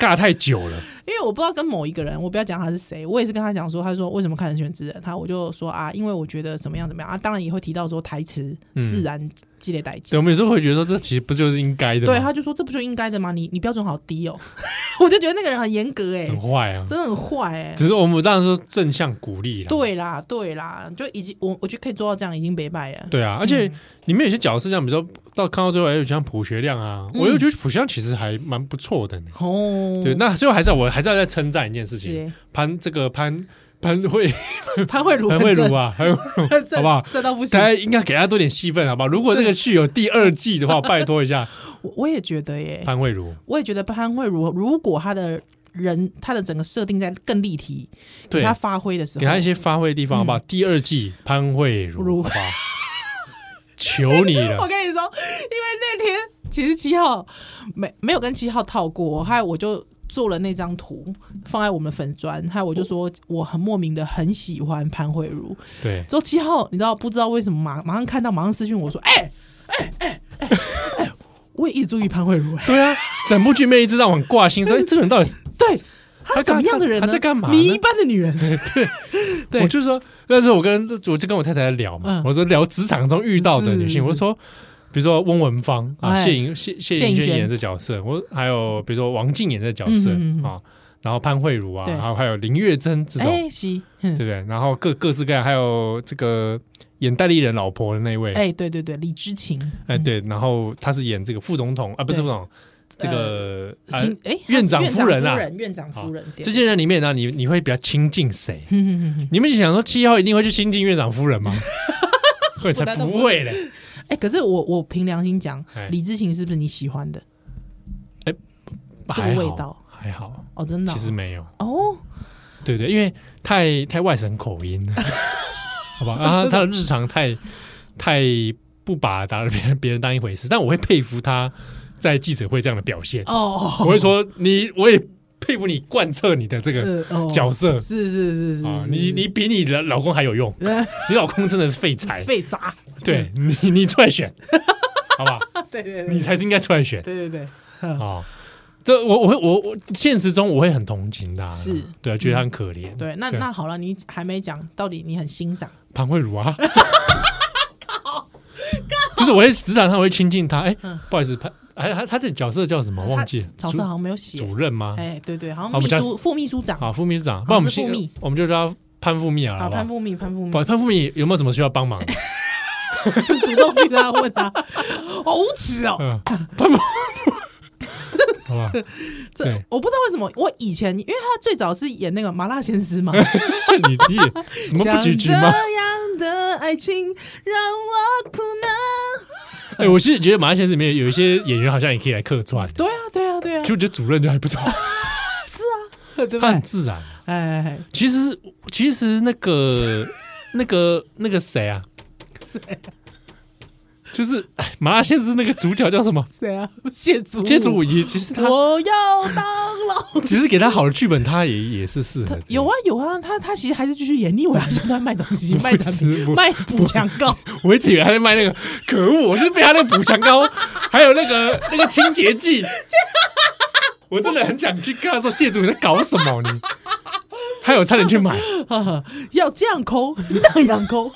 Speaker 2: 尬太久了，
Speaker 3: 因为我不知道跟某一个人，我不要讲他是谁，我也是跟他讲说，他说为什么看《人选之人》，他我就说啊，因为我觉得怎么样怎么样啊，当然也会提到说台词
Speaker 2: 嗯
Speaker 3: 自然积累代
Speaker 2: 对，
Speaker 3: 际。
Speaker 2: 我们有时候会觉得说这其实不就是应该的
Speaker 3: 对，
Speaker 2: 吗？
Speaker 3: 他就说这不就应该的吗？你你标准好低 哦，我就觉得那个人很严格哎、
Speaker 2: 很坏啊。
Speaker 3: 真的很坏哎、
Speaker 2: 只是我们当然说正向鼓励啦，
Speaker 3: 对啦对啦，就已经我我觉得可以做到这样已经北败了。
Speaker 2: 对啊，而
Speaker 3: 嗯
Speaker 2: 且里面有些角色像，比如说到看到最后，还有像朴学亮啊，
Speaker 3: 嗯
Speaker 2: 我又觉得朴学亮其实还蛮不错的呢。
Speaker 3: 哦，
Speaker 2: 对，那最后还是要我还是要再称赞一件事情，
Speaker 3: 是
Speaker 2: 潘这个潘潘慧
Speaker 3: 潘慧茹，
Speaker 2: 潘慧茹啊，还有
Speaker 3: 这，
Speaker 2: 好不好
Speaker 3: 这倒不行
Speaker 2: 大，家应该给他多点戏份，好不好？如果这个剧有第二季的话，拜托一下
Speaker 3: 我我也觉得耶，
Speaker 2: 潘慧茹，
Speaker 3: 我也觉得潘慧茹如果她的人她的整个设定在更立体，
Speaker 2: 对
Speaker 3: 给她发挥的时候，
Speaker 2: 给他一些发挥的地方，好不好？第二季潘慧茹，
Speaker 3: 嗯如
Speaker 2: 好不好？求你
Speaker 3: 我
Speaker 2: 了，
Speaker 3: 跟你说，因为那天其实七号没没有跟七号套过，还有我就做了那张图放在我们粉砖，还有我就说我很莫名的很喜欢潘慧茹。
Speaker 2: 对，
Speaker 3: 之后七号你知道不知道为什么马马上看到马上私讯我说，哎哎哎哎哎，我也一直注意潘慧茹、 哎
Speaker 2: 对啊，整部剧魅力之让我很挂 心，说哎，这个人到底是
Speaker 3: 对。她是怎么样的人呢？
Speaker 2: 她在干嘛呢
Speaker 3: 迷一般的女人，对
Speaker 2: 我就说那时候我跟我就跟我太太聊嘛，
Speaker 3: 嗯
Speaker 2: 我说聊职场中遇到的女性，
Speaker 3: 是
Speaker 2: 我说比如说翁文芳啊，
Speaker 3: 哎
Speaker 2: 谢颖谢谢
Speaker 3: 谢
Speaker 2: 颖
Speaker 3: 颖
Speaker 2: 轩
Speaker 3: 轩
Speaker 2: 演的角色，我还有比如说王静演的角色
Speaker 3: 嗯嗯嗯嗯
Speaker 2: 啊，然后潘慧茹啊，
Speaker 3: 对
Speaker 2: 然后还有林月珍这种，
Speaker 3: 哎，是，
Speaker 2: 对不
Speaker 3: 嗯
Speaker 2: 对？然后各各式各样，还有这个演戴丽人老婆的那一位，
Speaker 3: 哎，对对对，李知情，
Speaker 2: 哎对，然后他是演这个副总统啊，不是
Speaker 3: 嗯对
Speaker 2: 副总，这个啊
Speaker 3: 行，哎，
Speaker 2: 院长夫人啊
Speaker 3: 院长夫人，对
Speaker 2: 这些人里面呢，啊你你会比较亲近谁？
Speaker 3: 哼哼哼哼
Speaker 2: 你们想说七号一定会去亲近院长夫人吗？会才
Speaker 3: 我当然
Speaker 2: 不
Speaker 3: 不
Speaker 2: 会嘞！
Speaker 3: 哎、可是我我凭良心讲
Speaker 2: 哎，
Speaker 3: 李知情是不是你喜欢的？这个
Speaker 2: 还好
Speaker 3: 味道
Speaker 2: 还好，
Speaker 3: 哦，真的哦、
Speaker 2: 其实没有，
Speaker 3: 哦，
Speaker 2: 对对，因为太太外省口音 了，好吧？然后他的日常太太不把打别人别人当一回事，但我会佩服他在记者会这样的表现，
Speaker 3: 哦，
Speaker 2: 我会说你，我也佩服你贯彻你的这个
Speaker 3: 呃 哦
Speaker 2: 角色
Speaker 3: 是是是是
Speaker 2: 啊
Speaker 3: 嗯是，
Speaker 2: 你你比你的老公还有 用，
Speaker 3: 呃
Speaker 2: 你老公真的是废柴，
Speaker 3: 废渣，
Speaker 2: 对你你出来选，好吧？
Speaker 3: 对对对
Speaker 2: 你才是应该出来选
Speaker 3: 对对对，
Speaker 2: 啊。这我我会我我现实中我会很同情他，
Speaker 3: 是嗯
Speaker 2: 对啊，觉得他很可怜。
Speaker 3: 对，那
Speaker 2: 对
Speaker 3: 那好了，你还没讲，到底你很欣赏
Speaker 2: 庞慧茹 啊，就是我会职场上我会亲近他，哎，不好意思，他哎他他这角色叫什么？忘记了
Speaker 3: 嗯他，草色好像没有写，
Speaker 2: 主主任吗？
Speaker 3: 哎，对对，好
Speaker 2: 好我
Speaker 3: 像
Speaker 2: 们
Speaker 3: 秘
Speaker 2: 叫
Speaker 3: 书副秘书长，
Speaker 2: 啊，副秘事长，不然我们
Speaker 3: 是
Speaker 2: 先
Speaker 3: 副秘
Speaker 2: 我们就叫他潘副秘好了，
Speaker 3: 好，
Speaker 2: 好不好
Speaker 3: 潘？富密，潘富密
Speaker 2: 不，潘副秘有没有什么需要帮忙的？
Speaker 3: 主主动去跟他问他， 好无耻哦！
Speaker 2: 嗯，潘副，好吧，
Speaker 3: 这
Speaker 2: 对
Speaker 3: 我不知道为什么，我以前因为他最早是演那个麻辣鲜师 嘛，
Speaker 2: 你你也什么不
Speaker 3: 像
Speaker 2: 举
Speaker 3: 这
Speaker 2: 举吗？
Speaker 3: 样的爱情让我苦 恼。
Speaker 2: 哎，我其实觉得马来西亚里面有一些演员好像也可以来客串，
Speaker 3: 对啊，对啊，对啊
Speaker 2: 其实，我觉得主任就还不错，
Speaker 3: 对不对？
Speaker 2: 他很
Speaker 3: 哎
Speaker 2: 自然。
Speaker 3: 哎，哎
Speaker 2: 其实其实那个那个那个谁啊，就是哎麻辣鲜师那个主角叫什么？
Speaker 3: 谁啊？谢祖武，
Speaker 2: 接祖武嗯也其实他
Speaker 3: 我要当 老。
Speaker 2: 其实给他好的剧本，他也也是适合的。
Speaker 3: 有啊有啊，他他其实还是继续演，你以为他现在在卖东西、卖产
Speaker 2: 不是不
Speaker 3: 品、卖补强膏？
Speaker 2: 我一直以为他在卖那个，可恶！我就是被他那个补强膏，还有那个 那个清洁 剂，我真的很想去跟他说：“谢主你在搞什么你？”还有差点去买，
Speaker 3: 呵呵 要这样抠，那样抠，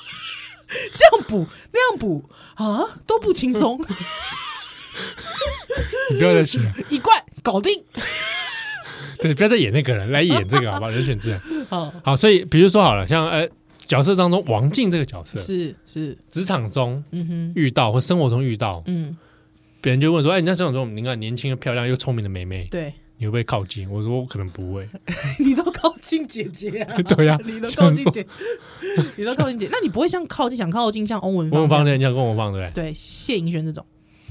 Speaker 3: 这样补，那样补啊，都不 轻松，
Speaker 2: 你不要再学了，
Speaker 3: 一罐搞定。
Speaker 2: 对，不要再演那个了，来演这个好不好？人选之人
Speaker 3: 好，
Speaker 2: 好，所以比如说好了，像呃角色当中王静这个角色，
Speaker 3: 是是，
Speaker 2: 职场中
Speaker 3: 嗯哼，
Speaker 2: 遇到或生活中遇到，
Speaker 3: 嗯，
Speaker 2: 别人就问说：“哎，你在职场中，你看年轻又漂亮又聪明的妹妹，
Speaker 3: 对，
Speaker 2: 你会不会靠近？”我说：“我可能不会。，
Speaker 3: 你都靠近姐姐啊
Speaker 2: 对呀
Speaker 3: 你都
Speaker 2: 想
Speaker 3: 靠近
Speaker 2: 说
Speaker 3: 姐， 你都靠近姐，那你不会像靠近想靠近像欧文”
Speaker 2: 翁
Speaker 3: 芳
Speaker 2: 文芳
Speaker 3: 这样，
Speaker 2: 对，你想跟我芳对不对？
Speaker 3: 对谢盈萱这种，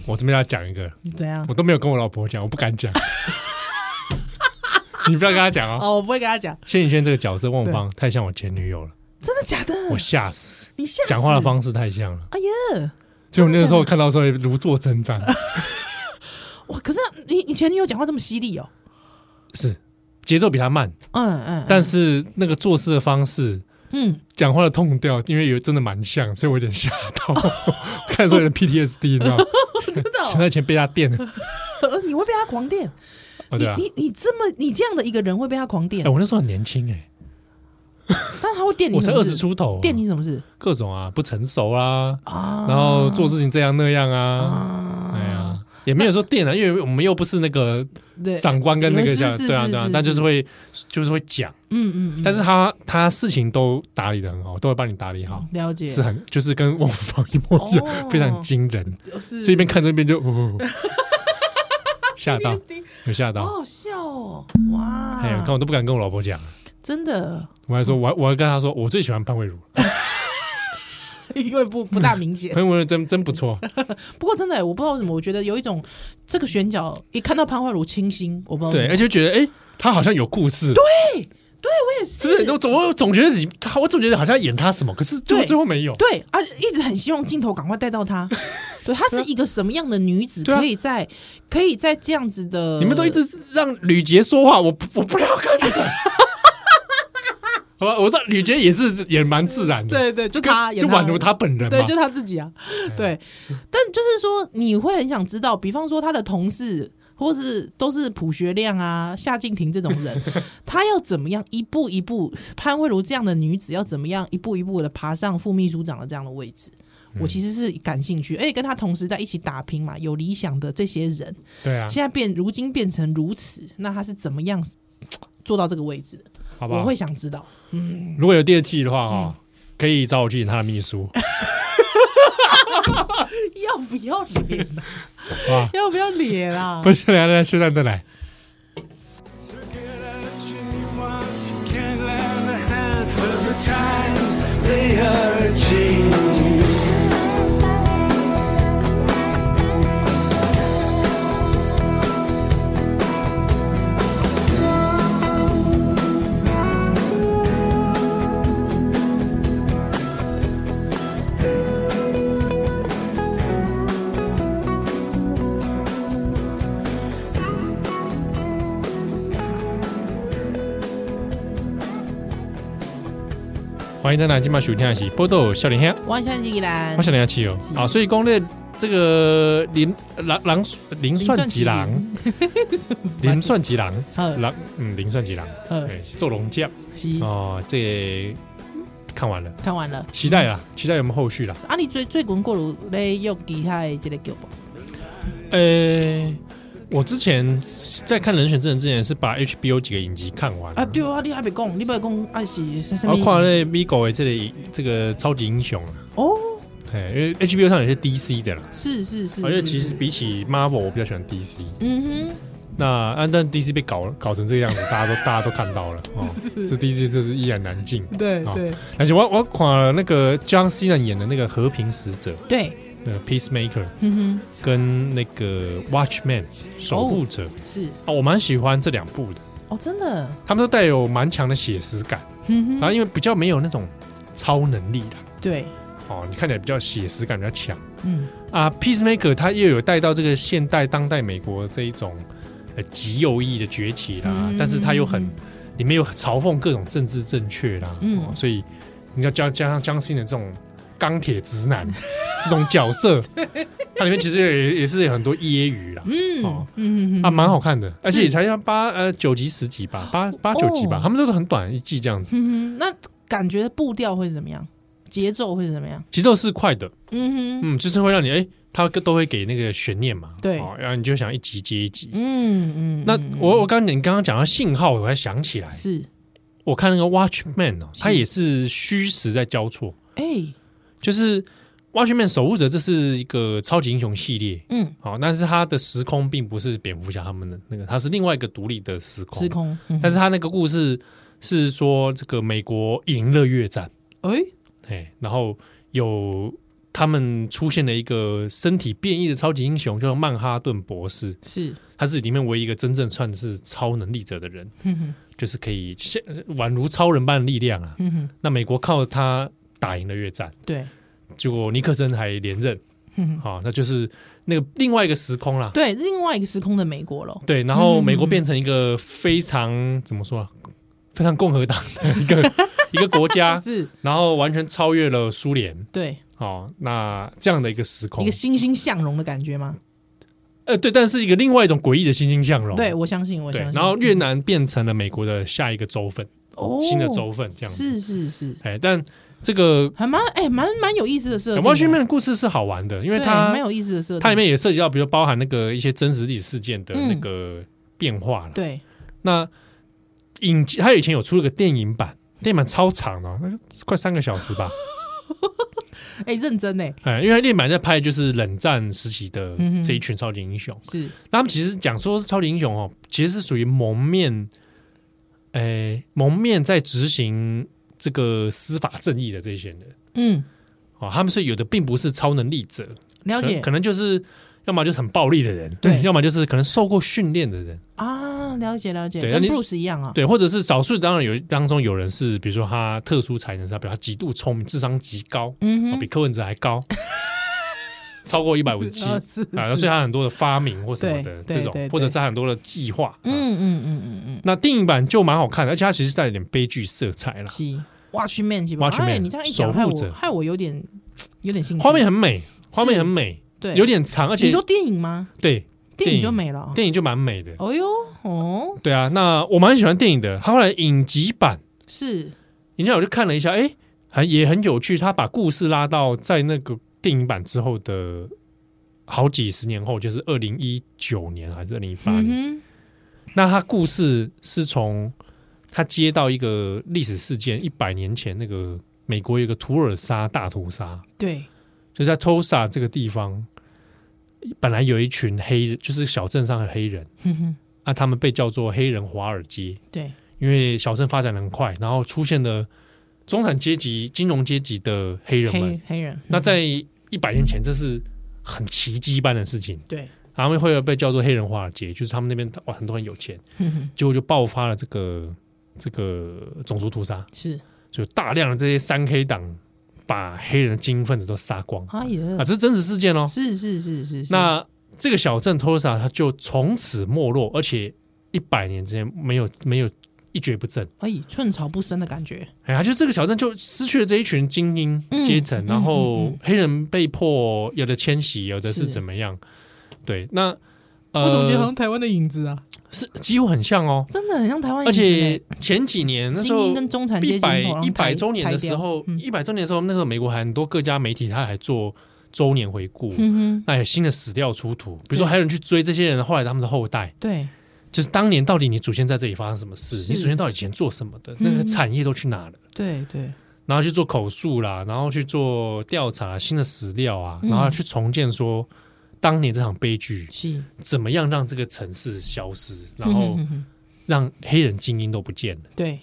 Speaker 2: 我这边要讲一个，
Speaker 3: 你怎样？
Speaker 2: 我都没有跟我老婆讲，我不敢讲。 你不要跟她讲哦。
Speaker 3: 哦，我不会跟他讲，
Speaker 2: 谢颖轩这个角色，翁文芳太像我前女友了，
Speaker 3: 真的假的？
Speaker 2: 我吓死！
Speaker 3: 你吓死
Speaker 2: 讲话的，方式太像了，
Speaker 3: 哎呀，
Speaker 2: 所以我那个时候看到的时候也如坐针 毡。
Speaker 3: 哇！可是你你前女友讲话这么犀利哦，
Speaker 2: 是，节奏比他慢，
Speaker 3: 嗯嗯，
Speaker 2: 但
Speaker 3: 是
Speaker 2: 是那个做事的方式、
Speaker 3: 嗯，
Speaker 2: 讲话的痛调，因为有真的蛮像，所以我有点吓到， 看的时候有点 PTSD，你知 道吗？
Speaker 3: 真的
Speaker 2: 想
Speaker 3: 哦
Speaker 2: 到以前被他电 了。
Speaker 3: 呃，你会被他狂电。
Speaker 2: 哦，
Speaker 3: 你
Speaker 2: 对啊，
Speaker 3: 你你这么你这样的一个人会被他狂电
Speaker 2: 哎，，我那时候很年轻哎，
Speaker 3: 但他会电你
Speaker 2: 我才
Speaker 3: 什
Speaker 2: 二
Speaker 3: 么事？
Speaker 2: 十出头啊，
Speaker 3: 电你什么事
Speaker 2: 各种啊，不成熟啊，
Speaker 3: 啊？
Speaker 2: 然后做事情这样那样啊，
Speaker 3: 啊，
Speaker 2: 哎呀，也没有说电啊，因为我们又不是那个
Speaker 3: 对，
Speaker 2: 长官跟那个
Speaker 3: 是
Speaker 2: 叫
Speaker 3: 是
Speaker 2: 对啊
Speaker 3: 是
Speaker 2: 对啊
Speaker 3: 是，
Speaker 2: 但就是
Speaker 3: 是
Speaker 2: 会就是会讲，
Speaker 3: 嗯嗯，嗯
Speaker 2: 但是他他事情都打理的很好，都会帮你打理好，
Speaker 3: 了解
Speaker 2: 是啊很就是跟我们房一模一
Speaker 3: 嗯哦
Speaker 2: 样，非常惊人。
Speaker 3: 是
Speaker 2: 这边看这边就 哦吓到
Speaker 3: PTSD
Speaker 2: 有吓
Speaker 3: 好
Speaker 2: 到，
Speaker 3: 好笑哦，
Speaker 2: 哎，
Speaker 3: 哇
Speaker 2: 哦看，我都不敢跟我老婆讲，
Speaker 3: 真的，
Speaker 2: 我还说
Speaker 3: 嗯
Speaker 2: 我还我还跟她说我最喜欢潘慧茹，
Speaker 3: 因为不不大明 显。
Speaker 2: 潘慧茹真真不错，
Speaker 3: 不过真的，我不知道为什么，我觉得有一种这个选角一看到潘慧茹清新，我不知道
Speaker 2: 对，而
Speaker 3: 且
Speaker 2: 且觉得哎。她好像有故事，对，
Speaker 3: 我也
Speaker 2: 是不是？我总我总觉得你，她我总觉得好像演她什么，可是就
Speaker 3: 对
Speaker 2: 最后没有。
Speaker 3: 对，而且一直很希望镜头赶快带到她。 对，她是一个什么样的女子，
Speaker 2: 对啊
Speaker 3: 可以在可以在这样子的？
Speaker 2: 你们都一直让吕杰说话，我不我不要看这个。 好吧，我知道吕杰也是也蛮自然的，
Speaker 3: 对对，就她
Speaker 2: 就宛如他本人
Speaker 3: 对，
Speaker 2: 嘛
Speaker 3: 就。他自己啊，对。但就是说，你会很想知道，比方说他的同事，或是都是朴学亮啊、夏静婷这种人，他要怎么样一步一步，潘慧茹这样的女子要怎么样一步一步的爬上副秘书长的这样的位置。我其实是感兴趣，而哎且跟他同时在一起打拼嘛，有理想的这些人，
Speaker 2: 对啊，
Speaker 3: 现在变如今变成如此，那他是怎么样做到这个位置的？
Speaker 2: 好不
Speaker 3: 我
Speaker 2: 好
Speaker 3: 会？嗯想知道。
Speaker 2: 如果有第二季的话哦，可以找我去演他的秘书，
Speaker 3: 要不要脸、啊？
Speaker 2: 好吧？
Speaker 3: 要不要脸啊？
Speaker 2: 不是，来来来，休战再来。
Speaker 1: Can't lend a hand for the times they are changing.
Speaker 2: 欢迎大家今晚收听的是《波豆笑脸香》，
Speaker 3: 万象吉兰
Speaker 2: 我，笑脸香气哦
Speaker 3: 是。
Speaker 2: 啊，所以攻略这个林呃狼狼嗯林算吉 狼，林算吉狼，
Speaker 3: 呃
Speaker 2: 狼嗯林算吉狼，
Speaker 3: 呃，
Speaker 2: 对，做龙将
Speaker 3: 是
Speaker 2: 哦，这看完了，
Speaker 3: 看完了。
Speaker 2: 期待啦，期待有没有后续啦。
Speaker 3: 啊，你最最近过有咧用其他的这个剧不？
Speaker 2: 呃，我之前在看《人选之人》之前，是把 HBO 几个影集看完
Speaker 3: 啊，对啊，你还没讲，你不要讲啊是是什
Speaker 2: 然
Speaker 3: 么
Speaker 2: 后？哦跨类 Vigo 的这里这个超级英雄啊，
Speaker 3: 哦，
Speaker 2: 哎，因为 HBO 上有些 DC 的啦，
Speaker 3: 是是是，
Speaker 2: 而且
Speaker 3: 是
Speaker 2: 其实
Speaker 3: 是
Speaker 2: 比起 Marvel，我比较喜欢 DC。
Speaker 3: 嗯哼，
Speaker 2: 那啊，但 DC 被搞搞成这个样子， 大家都大家都看到了 哦，这 DC 这是依然难进。
Speaker 3: 对
Speaker 2: 好而且我我看了那个 John Cena 演的那个和平使者，
Speaker 3: 对，
Speaker 2: 那个 Peacemaker，
Speaker 3: 嗯
Speaker 2: 跟那个 Watchman 守护者
Speaker 3: 哼，是
Speaker 2: 啊、我蛮喜欢这两部的，
Speaker 3: 哦，真的，
Speaker 2: 他们都带有蛮强的写实感，
Speaker 3: 嗯
Speaker 2: 然后
Speaker 3: 哼，
Speaker 2: 因为比较没有那种超能力啦，
Speaker 3: 对，
Speaker 2: 哦，你看起来比较写实感比较强。
Speaker 3: 嗯，
Speaker 2: 啊，Peacemaker 他又有带到这个现代当代美国这一种呃极右翼的崛起啦，
Speaker 3: 嗯
Speaker 2: 但是他又很里面有嘲讽各种政治正确啦，
Speaker 3: 嗯
Speaker 2: 哦所以你要加加上江信的这种钢铁直 男这种角色，它里面其实也也是有很多揶揄啦。
Speaker 3: 嗯
Speaker 2: 哦
Speaker 3: 嗯嗯
Speaker 2: 啊，蛮好看的，而且
Speaker 3: 是
Speaker 2: 也才要八呃九集十集吧，八八九集吧，
Speaker 3: 哦
Speaker 2: 他们都是很短一季这样子，
Speaker 3: 嗯哼，那感觉步调会是怎么样？节奏会是怎么样？
Speaker 2: 节奏是快的，
Speaker 3: 嗯哼，
Speaker 2: 嗯，就是会让你哎，他都会给那个悬念嘛，
Speaker 3: 对
Speaker 2: 哦然后你就想一集接一集，
Speaker 3: 嗯嗯，
Speaker 2: 那
Speaker 3: 嗯
Speaker 2: 我我刚刚你刚刚讲到信号，我才想起来，
Speaker 3: 是
Speaker 2: 我看那个 Watchman 哦，
Speaker 3: 是
Speaker 2: 它也是虚实在交错，
Speaker 3: 哎，
Speaker 2: 就是 Watchman 守护者这是一个超级英雄系列，
Speaker 3: 嗯，
Speaker 2: 好、但是它的时空并不是蝙蝠侠他们的那个，它是另外一个独立的时空，
Speaker 3: 时空，嗯哼
Speaker 2: 但是它那个故事是说这个美国赢了越战，
Speaker 3: 哎，
Speaker 2: 哎，然后有他们出现了一个身体变异的超级英雄，叫曼哈顿博士，
Speaker 3: 是，
Speaker 2: 他是里面唯一一个真正算是超能力者的人。
Speaker 3: 嗯哼
Speaker 2: 就是可以像宛如超人般的力量啊。
Speaker 3: 嗯哼，
Speaker 2: 那美国靠他打赢了越战，
Speaker 3: 对，
Speaker 2: 结果尼克森还连任，
Speaker 3: 嗯哼。
Speaker 2: 好、那就是那个另外一个时空啦。
Speaker 3: 对，另外一个时空的美国咯。
Speaker 2: 对，然后美国变成一个非常怎么说、啊，非常共和党的一个一个国家，
Speaker 3: 是
Speaker 2: 然后完全超越了苏联。
Speaker 3: 对
Speaker 2: 哦，那这样的一个时
Speaker 3: 一
Speaker 2: 空
Speaker 3: 个，欣欣向荣的感觉吗？
Speaker 2: 呃，对，但是一个另外一种诡异的欣欣向荣。
Speaker 3: 对，我相信，我
Speaker 2: 哦对
Speaker 3: 相，信。
Speaker 2: 然后越南变成了美国的下一个州份，
Speaker 3: 哦
Speaker 2: 新的州份这样子。
Speaker 3: 是是是，
Speaker 2: 哎，但这个
Speaker 3: 还蛮哎蛮蛮有意思的设定
Speaker 2: 《
Speaker 3: 啊。
Speaker 2: 猫训练》的故事是好玩的，因为
Speaker 3: 对
Speaker 2: 它
Speaker 3: 蛮有意思的设定，嗯
Speaker 2: 它里面也涉及到，比如包含那个一些真实历史事件的那个变化了。
Speaker 3: 对
Speaker 2: 那影集还有以前有出了个电影版，电影版超长的，那个快三个小时 吧。
Speaker 3: 哎认真哎
Speaker 2: 哎，因为它电影版在拍就是冷战时期的
Speaker 3: 嗯哼
Speaker 2: 这一群超级英雄，
Speaker 3: 是
Speaker 2: 那他们其实讲说是超级英雄哦，其实是属于蒙面，哎，蒙面在执行这个司法正义的这些人。
Speaker 3: 嗯
Speaker 2: 哦，他们是有的并不是超能力者，
Speaker 3: 了
Speaker 2: 可能
Speaker 3: 解
Speaker 2: 可能就是要么就是很暴力的人，
Speaker 3: 对
Speaker 2: 要么就是可能受过训练的人，
Speaker 3: 啊了解了解，
Speaker 2: 对
Speaker 3: 跟
Speaker 2: 那你
Speaker 3: Bruce 一样啊，
Speaker 2: 对，或者是少数当然有当中有人是，比如说他特殊才能上，比如他极度聪明，智商极高，哦
Speaker 3: 嗯哼
Speaker 2: 比，柯文哲还高， 超过一百五十七
Speaker 3: 啊
Speaker 2: 啊，
Speaker 3: 是
Speaker 2: 然后所以
Speaker 3: 是
Speaker 2: 他很多的发明或什么
Speaker 3: 对
Speaker 2: 的
Speaker 3: 对
Speaker 2: 这种
Speaker 3: 对对，
Speaker 2: 或者是他很多的计划，嗯。
Speaker 3: 嗯嗯嗯嗯嗯，
Speaker 2: 那电影版就蛮好看的，而且它其实带有点悲剧色彩了，
Speaker 3: 是 Watchman 是吧？
Speaker 2: Watchmen，
Speaker 3: 哎，你这样一
Speaker 2: 守
Speaker 3: 讲，
Speaker 2: 护
Speaker 3: 害我
Speaker 2: 者
Speaker 3: 害我有点有点兴趣。
Speaker 2: 画面很美，画面
Speaker 3: 是
Speaker 2: 很美，
Speaker 3: 对，
Speaker 2: 有点长，而且
Speaker 3: 你说电影吗？
Speaker 2: 对
Speaker 3: 电影
Speaker 2: 影
Speaker 3: 就没了。
Speaker 2: 电影就蛮美的。
Speaker 3: 哦哟哦，
Speaker 2: 对啊，那我蛮喜欢电影的。他后来影集版，
Speaker 3: 是
Speaker 2: 影集版我就看了一下，哎，还也很有趣。他把故事拉到在那个电影版之后的好几十年后，就是二零一九年还是二零一八年。
Speaker 3: 嗯哼，
Speaker 2: 那他故事是从他接到一个历史事件，一百年前那个美国有一个图尔沙大屠杀，
Speaker 3: 对，
Speaker 2: 就在 Tulsa 这个地方，本来有一群黑人，就是小镇上的黑人
Speaker 3: 哼嗯哼，
Speaker 2: 啊，他们被叫做黑人华尔街。
Speaker 3: 对，
Speaker 2: 因为小镇发展得很快，然后出现了中产阶级、金融阶级的黑人们
Speaker 3: 黑。黑人，嗯
Speaker 2: 那在一百年前，这是很奇迹般的事情，
Speaker 3: 对，
Speaker 2: 他们会被叫做黑人华尔街，就是他们那边哇很多人有钱，
Speaker 3: 哼哼，
Speaker 2: 结果就爆发了这个这个种族屠杀，
Speaker 3: 是，
Speaker 2: 就大量的这些三 K 党把黑人精英分子都杀光
Speaker 3: 哎呀
Speaker 2: 啊，，这是真实事件哦。
Speaker 3: 是是是是是，
Speaker 2: 那这个小镇托萨它就从此没落，而且一百年之间没有没有一蹶不振。
Speaker 3: 哎，寸草不生的感觉。
Speaker 2: 哎呀，就这个小镇就失去了这一群精英
Speaker 3: 嗯
Speaker 2: 阶层，
Speaker 3: 嗯
Speaker 2: 然
Speaker 3: 嗯
Speaker 2: 后
Speaker 3: 嗯
Speaker 2: 黑人被迫有的迁徙，有的是
Speaker 3: 是
Speaker 2: 怎么样？对，那呃，
Speaker 3: 我怎么觉得好像台湾的影子啊？
Speaker 2: 是几乎很像哦。
Speaker 3: 真的很像台湾
Speaker 2: 而
Speaker 3: 影子呢，
Speaker 2: 且前几年那时
Speaker 3: 精
Speaker 2: 候
Speaker 3: 英跟中产阶
Speaker 2: 一
Speaker 3: 级
Speaker 2: 百
Speaker 3: 头狼
Speaker 2: 一
Speaker 3: 抬
Speaker 2: 百周年的时候
Speaker 3: 抬，掉嗯
Speaker 2: 一百周年的时候，那时候美国很多各家媒体他还做周年回顾，
Speaker 3: 嗯哼，
Speaker 2: 那有新的史料出土，比如说还有人去追这些人后来他们的后代，
Speaker 3: 对，
Speaker 2: 就是当年到底你祖先在这里发生什么事，
Speaker 3: 是
Speaker 2: 你祖先到底以前做什么的，那个
Speaker 3: 嗯
Speaker 2: 产业都去哪了。
Speaker 3: 对对，
Speaker 2: 然后去做口述啦，然后去做调查新的史料啊，
Speaker 3: 嗯
Speaker 2: 然后去重建说当年这场悲剧
Speaker 3: 是，
Speaker 2: 怎么样让这个城市消失，然后
Speaker 3: 嗯哼哼
Speaker 2: 让黑人精英都不见了
Speaker 3: 哼 对，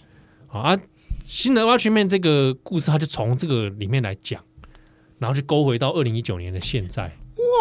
Speaker 2: 好啊。新的挖群面这个故事，它就从这个里面来讲，然后去勾回到二零一九年的现在。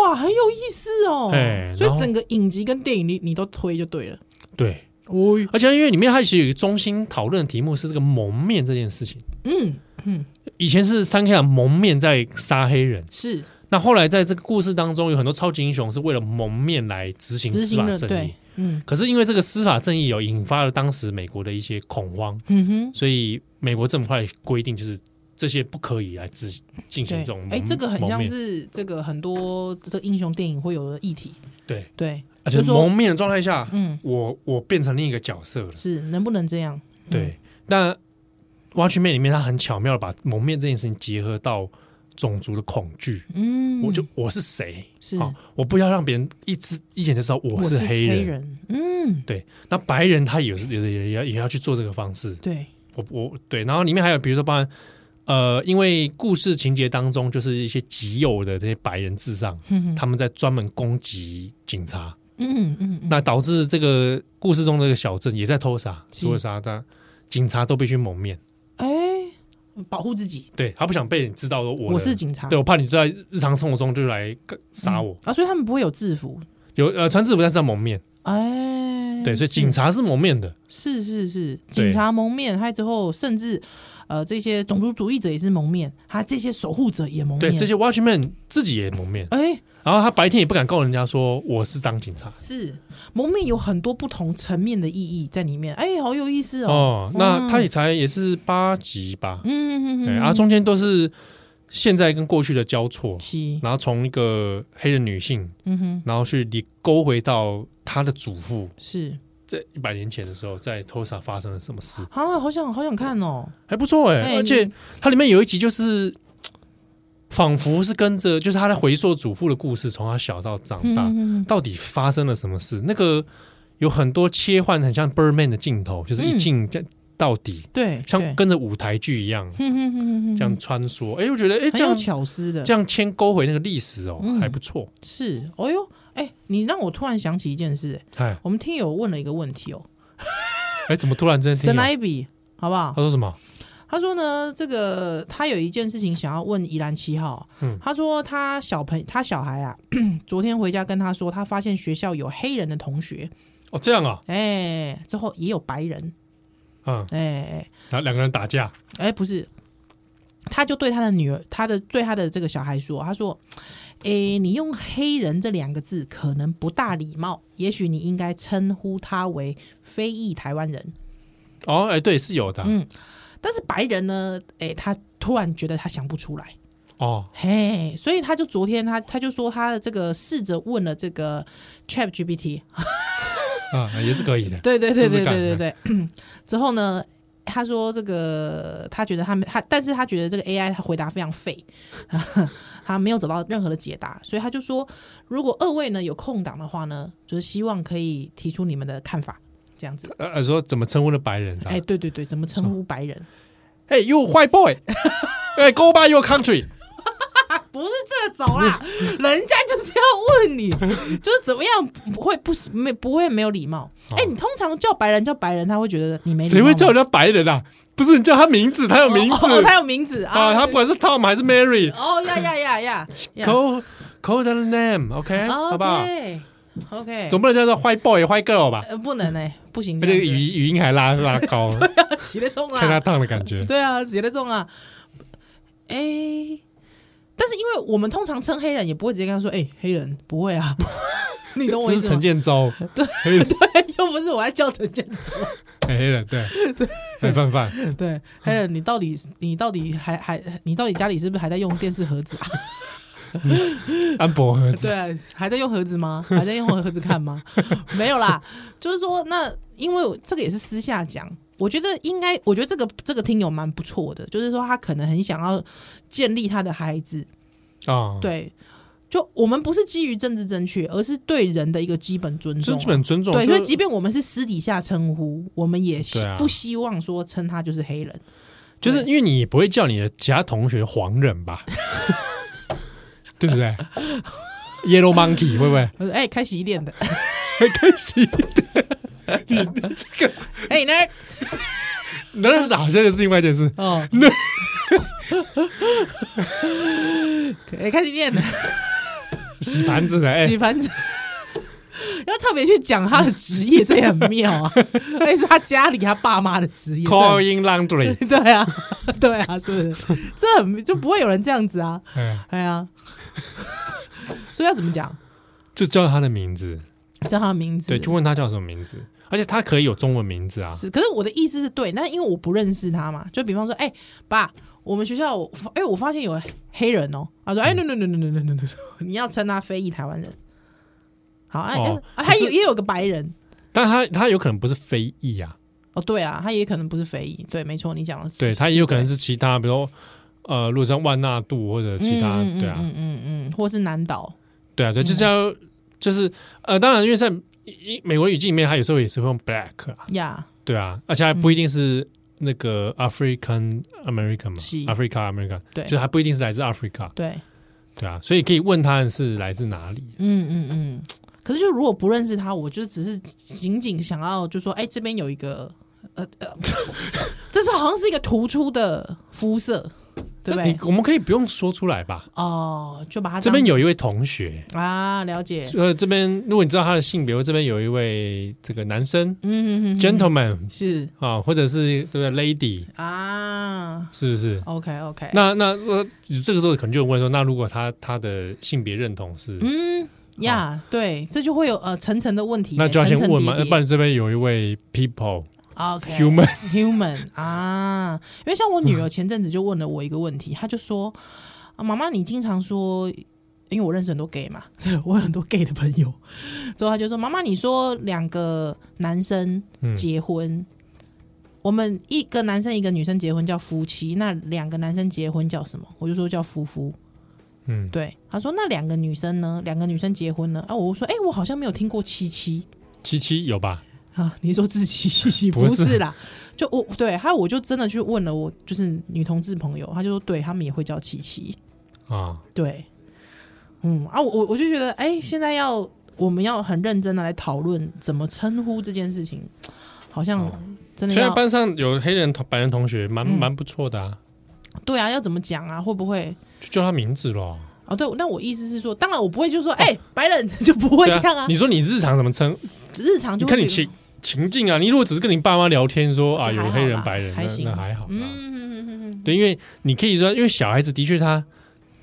Speaker 3: 哇，很有意思哦
Speaker 2: 哎。
Speaker 3: 所
Speaker 2: 然
Speaker 3: 以
Speaker 2: 后
Speaker 3: 整个影集跟电影你你都推就对了。
Speaker 2: 对，
Speaker 3: 哦，
Speaker 2: 而且因为里面它其实有一个中心讨论的题目是这个蒙面这件事情。
Speaker 3: 嗯嗯，
Speaker 2: 以前是三 K 党蒙面在杀黑人，
Speaker 3: 是
Speaker 2: 那后来在这个故事当中，有很多超级英雄是为了蒙面来执行
Speaker 3: 执
Speaker 2: 司
Speaker 3: 行
Speaker 2: 法
Speaker 3: 了，
Speaker 2: 啊正义
Speaker 3: 对。，嗯
Speaker 2: 可是因为这个司法正义有引发了当时美国的一些恐慌，
Speaker 3: 嗯哼。
Speaker 2: 所以美国政府后来规定就是这些不可以来执进行这
Speaker 3: 对
Speaker 2: 种蒙。
Speaker 3: 哎，这个很
Speaker 2: 蒙
Speaker 3: 像
Speaker 2: 面
Speaker 3: 是这个很多这英雄电影会有的议题，
Speaker 2: 对，
Speaker 3: 对，
Speaker 2: 而且
Speaker 3: 就说
Speaker 2: 蒙面的状态下，
Speaker 3: 嗯，
Speaker 2: 我我变成另一个角色了。
Speaker 3: 是能不能这样？嗯
Speaker 2: 对，但《Watchmen》里面他很巧妙的把蒙面这件事情结合到种族的恐惧，
Speaker 3: 嗯，
Speaker 2: 我就我是谁
Speaker 3: 是
Speaker 2: 哦，我不要让别人一知一眼就知道我是黑
Speaker 3: 黑
Speaker 2: 人。
Speaker 3: 人，嗯，
Speaker 2: 那白人他有有的也要也要去做这个方式，
Speaker 3: 对，
Speaker 2: 我我对，然后里面还有比如说包含呃，因为故事情节当中就是一些极右的这些白人至上，
Speaker 3: 哼哼
Speaker 2: 他们在专门攻击警察，
Speaker 3: 嗯嗯嗯，
Speaker 2: 那导致这个故事中这个小镇也在偷杀、
Speaker 3: 是
Speaker 2: 偷杀，但警察都必须蒙面，
Speaker 3: 哎，保护自己，
Speaker 2: 对他不想被你知道说我的
Speaker 3: 我是警察，
Speaker 2: 对我怕你在日常生活中就来杀我，
Speaker 3: 啊，所以他们不会有制服，
Speaker 2: 有呃穿制服但是要蒙面，
Speaker 3: 哎，
Speaker 2: 对，所以
Speaker 3: 是
Speaker 2: 警察是蒙面的，
Speaker 3: 是是是，
Speaker 2: 对
Speaker 3: 警察蒙面，还之后甚至呃这些种族主义者也是蒙面，他这些守护者也蒙面，
Speaker 2: 对，这些 Watchman 自己也蒙面，
Speaker 3: 哎
Speaker 2: 然后他白天也不敢告人家说我是当警察。
Speaker 3: 是蒙面有很多不同层面的意义在里面，哎，好有意思哦，
Speaker 2: 哦，那
Speaker 3: 嗯
Speaker 2: 他也才也是八集吧，
Speaker 3: 嗯嗯
Speaker 2: 哎、啊，中间都是现在跟过去的交错，
Speaker 3: 西，
Speaker 2: 然后从一个黑人女性，
Speaker 3: 嗯哼，
Speaker 2: 然后去你勾回到她的祖父
Speaker 3: 是
Speaker 2: 在一百年前的时候，在 Tosa 发生了什么事，
Speaker 3: 啊，好想好想看哦，
Speaker 2: 还不错哎、
Speaker 3: 哎
Speaker 2: 而且它里面有一集就是。仿佛是跟着，就是他在回溯祖父的故事，从他小到长
Speaker 3: 嗯
Speaker 2: 大，
Speaker 3: 嗯嗯
Speaker 2: 到底发生了什么事？那个有很多切换，很像 Birdman 的镜头，就是一
Speaker 3: 嗯
Speaker 2: 镜到底，
Speaker 3: 对，
Speaker 2: 像
Speaker 3: 嗯对
Speaker 2: 跟着舞台剧一样，
Speaker 3: 嗯 哼哼哼哼
Speaker 2: 这样穿梭。哎、我觉得哎、
Speaker 3: 很
Speaker 2: 这
Speaker 3: 有
Speaker 2: 样
Speaker 3: 巧思的，
Speaker 2: 这样牵勾回那个历史哦，
Speaker 3: 嗯
Speaker 2: 还不错。
Speaker 3: 是，哦哟，哎，你让我突然想起一件事，哎
Speaker 2: 哎
Speaker 3: 我们听友问了一个问题哦，
Speaker 2: 哎，怎么突然之间
Speaker 3: 神
Speaker 2: 听了？
Speaker 3: 来一笔，好不好
Speaker 2: 他？说什么？
Speaker 3: 他说呢，这个他有一件事情想要问宜兰七号。啊
Speaker 2: 嗯
Speaker 3: 他说他小朋他小孩啊， 昨天回家跟他说，他发现学校有黑人的同学，
Speaker 2: 哦，这样啊，
Speaker 3: 哎、之后也有白人，
Speaker 2: 嗯，
Speaker 3: 哎、哎
Speaker 2: 然后两个人打架，
Speaker 3: 哎、不是，他就对他的女儿，他的对他的这个小孩说，他说，哎、你用黑人这两个字可能不大礼貌，也许你应该称呼他为非裔台湾人。
Speaker 2: 哦，哎，对，是有的啊，
Speaker 3: 嗯但是白人呢，哎、他突然觉得他想不出来。
Speaker 2: 哦，
Speaker 3: 嘿，所以他就昨天他他就说他的这个试着问了这个 Chat GPT，
Speaker 2: 啊，也是可以的，
Speaker 3: 对对对
Speaker 2: 试试
Speaker 3: 对
Speaker 2: 看
Speaker 3: 对对对， 之后呢，他说这个他觉得他没他，但是他觉得这个 AI 他回答非常废， 他没有找到任何的解答，所以他就说，如果二位呢有空档的话呢，就是希望可以提出你们的看法，这样子。
Speaker 2: 呃呃，说怎么称呼的白人？
Speaker 3: 哎、
Speaker 2: 哎，
Speaker 3: 对对对，怎么称呼白人？
Speaker 2: 哎，you white boy，哎，go back your country，
Speaker 3: 不是这种啦， 人家就是要问你，就是怎么样不会不没不会没有礼貌。哎、你通常叫白人叫白人，他会觉得你没礼貌
Speaker 2: 谁
Speaker 3: 吗
Speaker 2: 会叫人家白人啊？不是你叫他名字，他有名
Speaker 3: 哦哦哦
Speaker 2: 字
Speaker 3: 他有名字
Speaker 2: 啊，
Speaker 3: 啊，
Speaker 2: 他不管是 Tom 还是 Mary，
Speaker 3: 哦呀呀呀呀呀，哦
Speaker 2: call call the name，OK，好不好？
Speaker 3: ？OK，
Speaker 2: 总不能叫做坏 boy 坏 girl 吧？
Speaker 3: 呃不能哎、不行，
Speaker 2: 而且语
Speaker 3: 鱼
Speaker 2: 语音还拉拉高，
Speaker 3: 洗得中
Speaker 2: 呛他
Speaker 3: 啊，
Speaker 2: 烫的感觉。
Speaker 3: 对啊，洗得中啊，哎、但是因为我们通常称黑人也不会直接跟他说，哎、黑人不会啊，你懂我
Speaker 2: 这
Speaker 3: 意
Speaker 2: 是
Speaker 3: 思吗
Speaker 2: 陈？建州，对，
Speaker 3: 对，又不是我在叫陈建州。
Speaker 2: 哎黑人，对对，范范，
Speaker 3: 对，还有你到底你到底还还你到底家里是不是还在用电视盒子啊？
Speaker 2: 安博盒子，
Speaker 3: 对，还在用盒 子吗？还在用盒子看吗？ 没有啦，就是说，那因为我这个也是私下讲，我觉得应该，我觉得这个这个听友蛮不错的，就是说他可能很想要建立他的孩子，
Speaker 2: 啊，，
Speaker 3: 对，就我们不是基于政治正确，而是对人的一个基本尊重
Speaker 2: 尊
Speaker 3: 啊、
Speaker 2: 基本尊重，
Speaker 3: 对，
Speaker 2: 就
Speaker 3: 所以即便我们是私底下称呼，我们也希
Speaker 2: 对啊
Speaker 3: 不希望说称他就是黑人。
Speaker 2: 就是因为你也不会叫你的其他同学黄人 吧，对不对？Yellow Monkey 会不会
Speaker 3: 我说哎、开洗衣店的，
Speaker 2: 开始？
Speaker 3: 哎、那儿
Speaker 2: 那打现在是另外一件事，
Speaker 3: 哦，哎、开洗衣店的
Speaker 2: 洗盘子的，哎
Speaker 3: 洗，盘子。要特别去讲他的职业，这也很 妙啊！那是他家里他爸妈的职业，这很
Speaker 2: Call in laundry，
Speaker 3: 对啊，对啊，是不是？这很就不会有人这样子啊！
Speaker 2: 嗯，
Speaker 3: 哎呀，所以要怎么讲？
Speaker 2: 就叫他的名字，
Speaker 3: 叫他的名字。
Speaker 2: 对，就问他叫什么名字，而且他可以有中文名字啊，
Speaker 3: 是，可是我的意思是对，但因为我不认识他嘛，就比方说，哎、爸，我们学校我发，哎、我发现有黑人哦、他说，哎、no
Speaker 2: 嗯
Speaker 3: no no no no no no no，你要称他非裔台湾人。好，哎、
Speaker 2: 哦
Speaker 3: 哎还有
Speaker 2: 可是
Speaker 3: 也有个白人
Speaker 2: 但他他有可能不是非裔啊，
Speaker 3: 哦，对啊，他也可能不是非裔，对，没错，你讲的，
Speaker 2: 对他也有可能是其他，比如说呃，如果像万纳度或者其他，
Speaker 3: 嗯嗯
Speaker 2: 对啊，
Speaker 3: 嗯嗯嗯，嗯或是南岛，
Speaker 2: 对啊，对，就是要就是呃，当然，因为在英美国语境里面，他有时候也是会用 black 啊，
Speaker 3: 呀、
Speaker 2: 对啊，而且还不一
Speaker 3: 嗯
Speaker 2: 定是那个 African American 嘛
Speaker 3: 是
Speaker 2: ，Africa American，
Speaker 3: 对
Speaker 2: 就是还不一定是来自 Africa，
Speaker 3: 对，
Speaker 2: 对啊，所以可以问他是来自哪里，
Speaker 3: 嗯嗯嗯。可是就如果不认识他，我就只是仅仅想要就说，哎、这边有一个，呃呃， 这是好像是一个突出的肤色，对不
Speaker 2: 那
Speaker 3: 对
Speaker 2: 你？我们可以不用说出来吧？
Speaker 3: 哦，就把它
Speaker 2: 这边有一位同学，
Speaker 3: 当啊，了解，
Speaker 2: 呃，这边如果你知道他的性别，或这边有一位这个男生
Speaker 3: 嗯嗯嗯，
Speaker 2: gentleman
Speaker 3: 是
Speaker 2: 啊，或者是对不对 lady，
Speaker 3: 啊
Speaker 2: 是不是？
Speaker 3: ，OK OK，
Speaker 2: 那那呃，这个时候可能就有人问说，那如果他他的性别认同是，
Speaker 3: 嗯呀，对，这就会有呃层层的问题，
Speaker 2: 那就要先问嘛，呃
Speaker 3: 层层叠叠
Speaker 2: 不然这边有一位 people
Speaker 3: OK
Speaker 2: human，
Speaker 3: human 啊，因为像我女儿前阵子就问了我一个问题，她就说：“啊，妈妈，你经常说，因为我认识很多 gay 嘛， 我有很多 gay 的朋友。”之后她就说：“妈妈，你说两个男生
Speaker 2: 嗯
Speaker 3: 结婚，我们一个男生一个女生结婚叫夫妻，那两个男生结婚叫什么？”我就说叫夫妇。
Speaker 2: 嗯，
Speaker 3: 对，她说：“那两个女生呢？两个女生结婚呢？”啊，我说：“哎、我好像没有听过七七。”
Speaker 2: 七七有吧？
Speaker 3: 啊，你说自己 嘻嘻，
Speaker 2: 不
Speaker 3: 不
Speaker 2: 是
Speaker 3: 是啦，就我对，还有我就真的去问了我就是女同志朋友，她就说对他们也会叫琪琪，
Speaker 2: 啊，
Speaker 3: 对，嗯啊，我我我就觉得哎、现在要我们要很认真的来讨论怎么称呼这件事情，好像
Speaker 2: 哦
Speaker 3: 真的
Speaker 2: 虽
Speaker 3: 要、嗯
Speaker 2: 然班上有黑人同白人同学，蛮蛮不错的啊，
Speaker 3: 对啊，要怎么讲啊？会不会？
Speaker 2: 就叫他名字咯。
Speaker 3: 哦，对，那我意思是说，当然我不会就说哎、白人 就不会
Speaker 2: 对
Speaker 3: 这样啊，
Speaker 2: 你说你日常怎么称？
Speaker 3: 日常
Speaker 2: 你
Speaker 3: 就
Speaker 2: 看
Speaker 3: 会
Speaker 2: 你
Speaker 3: 比
Speaker 2: 情情境啊，你如果只是跟你爸妈聊天说啊，
Speaker 3: 这还
Speaker 2: 有
Speaker 3: 好
Speaker 2: 黑人
Speaker 3: 啦
Speaker 2: 白人，那
Speaker 3: 还行
Speaker 2: 那还好啦。
Speaker 3: 嗯，
Speaker 2: 对，因为你可以说，因为小孩子的确他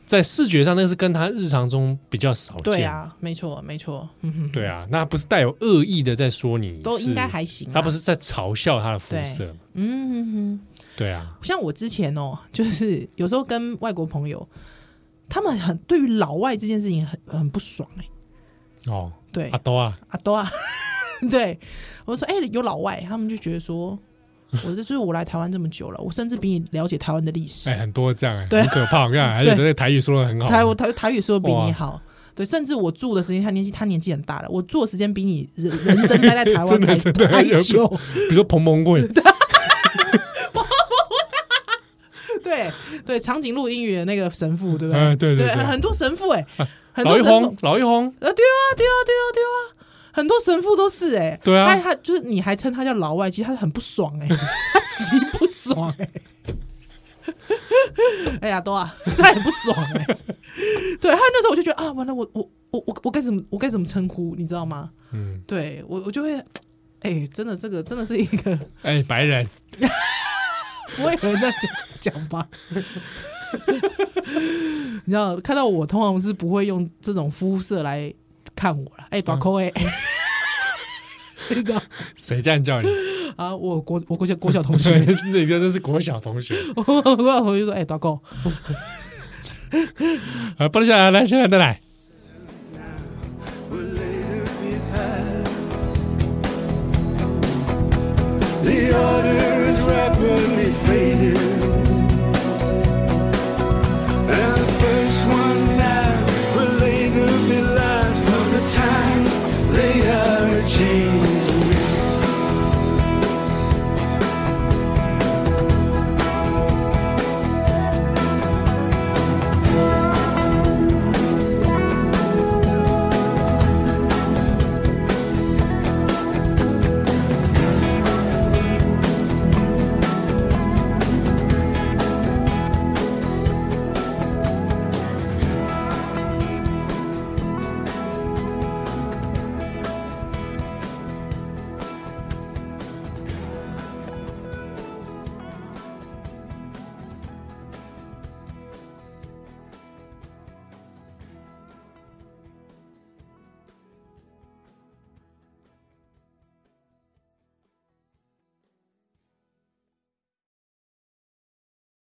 Speaker 2: 在视觉上那是跟他日常中比较少见，
Speaker 3: 对，啊，没错没错，嗯哼，
Speaker 2: 对啊，那不是带有恶意的在说你，
Speaker 3: 都应该
Speaker 2: 是
Speaker 3: 还行啊，
Speaker 2: 他不是在嘲笑他的肤色嘛，
Speaker 3: 嗯哼哼。
Speaker 2: 对啊，
Speaker 3: 像我之前哦， 就是有时候跟外国朋友，他们很对于老外这件事情很很不爽哎、
Speaker 2: 哦，
Speaker 3: 对
Speaker 2: 阿多啊，
Speaker 3: 啊，都啊， 对我说哎、有老外，他们就觉得说，我这就是我来台湾这么久了，我甚至比你了解台湾的历史，
Speaker 2: 哎，很多这样哎，
Speaker 3: 对
Speaker 2: 很可怕，我跟你讲，而且
Speaker 3: 对
Speaker 2: 这个台语说的很好，
Speaker 3: 台我台台语说的比
Speaker 2: 哇
Speaker 3: 你好。对，甚至我住的时间，他年纪他年纪很大了，我住的时间比你人人生待在台湾
Speaker 2: 真的
Speaker 3: 还
Speaker 2: 真的
Speaker 3: 还
Speaker 2: 有
Speaker 3: 久。
Speaker 2: 比如说彭彭贵，
Speaker 3: 对对，长颈鹿英语的那个神父，对不对？
Speaker 2: 哎对对
Speaker 3: 对
Speaker 2: 对
Speaker 3: 很多神父哎、 很
Speaker 2: 老
Speaker 3: 多
Speaker 2: 一
Speaker 3: 神父
Speaker 2: 红，老一红，
Speaker 3: 啊，对啊，对啊，对啊，对啊，很多神父都是哎、欸，
Speaker 2: 对啊
Speaker 3: 但他就是你还称他叫老外，其实他很不爽哎、欸，他极不爽哎、欸，哎呀，多啊，他也不爽哎、欸，对，还有那时候我就觉得啊，完了，我我我我我该怎么我该怎么称呼，你知道吗？
Speaker 2: 嗯，
Speaker 3: 对我我就会，哎、真的这个真的是一个
Speaker 2: 哎，白人，
Speaker 3: 不会有人在讲讲吧？ 你知道，看到我通常是不会用这种肤色来看我了。哎、欸，宝扣哎，你知道
Speaker 2: 谁这样叫 你？
Speaker 3: 啊？我国我国小国小同学，
Speaker 2: 那个那是国小同学。
Speaker 3: 我国小同学说：“哎、导购，
Speaker 2: 啊，不能下来，来，现在再来。
Speaker 1: will later be past. The order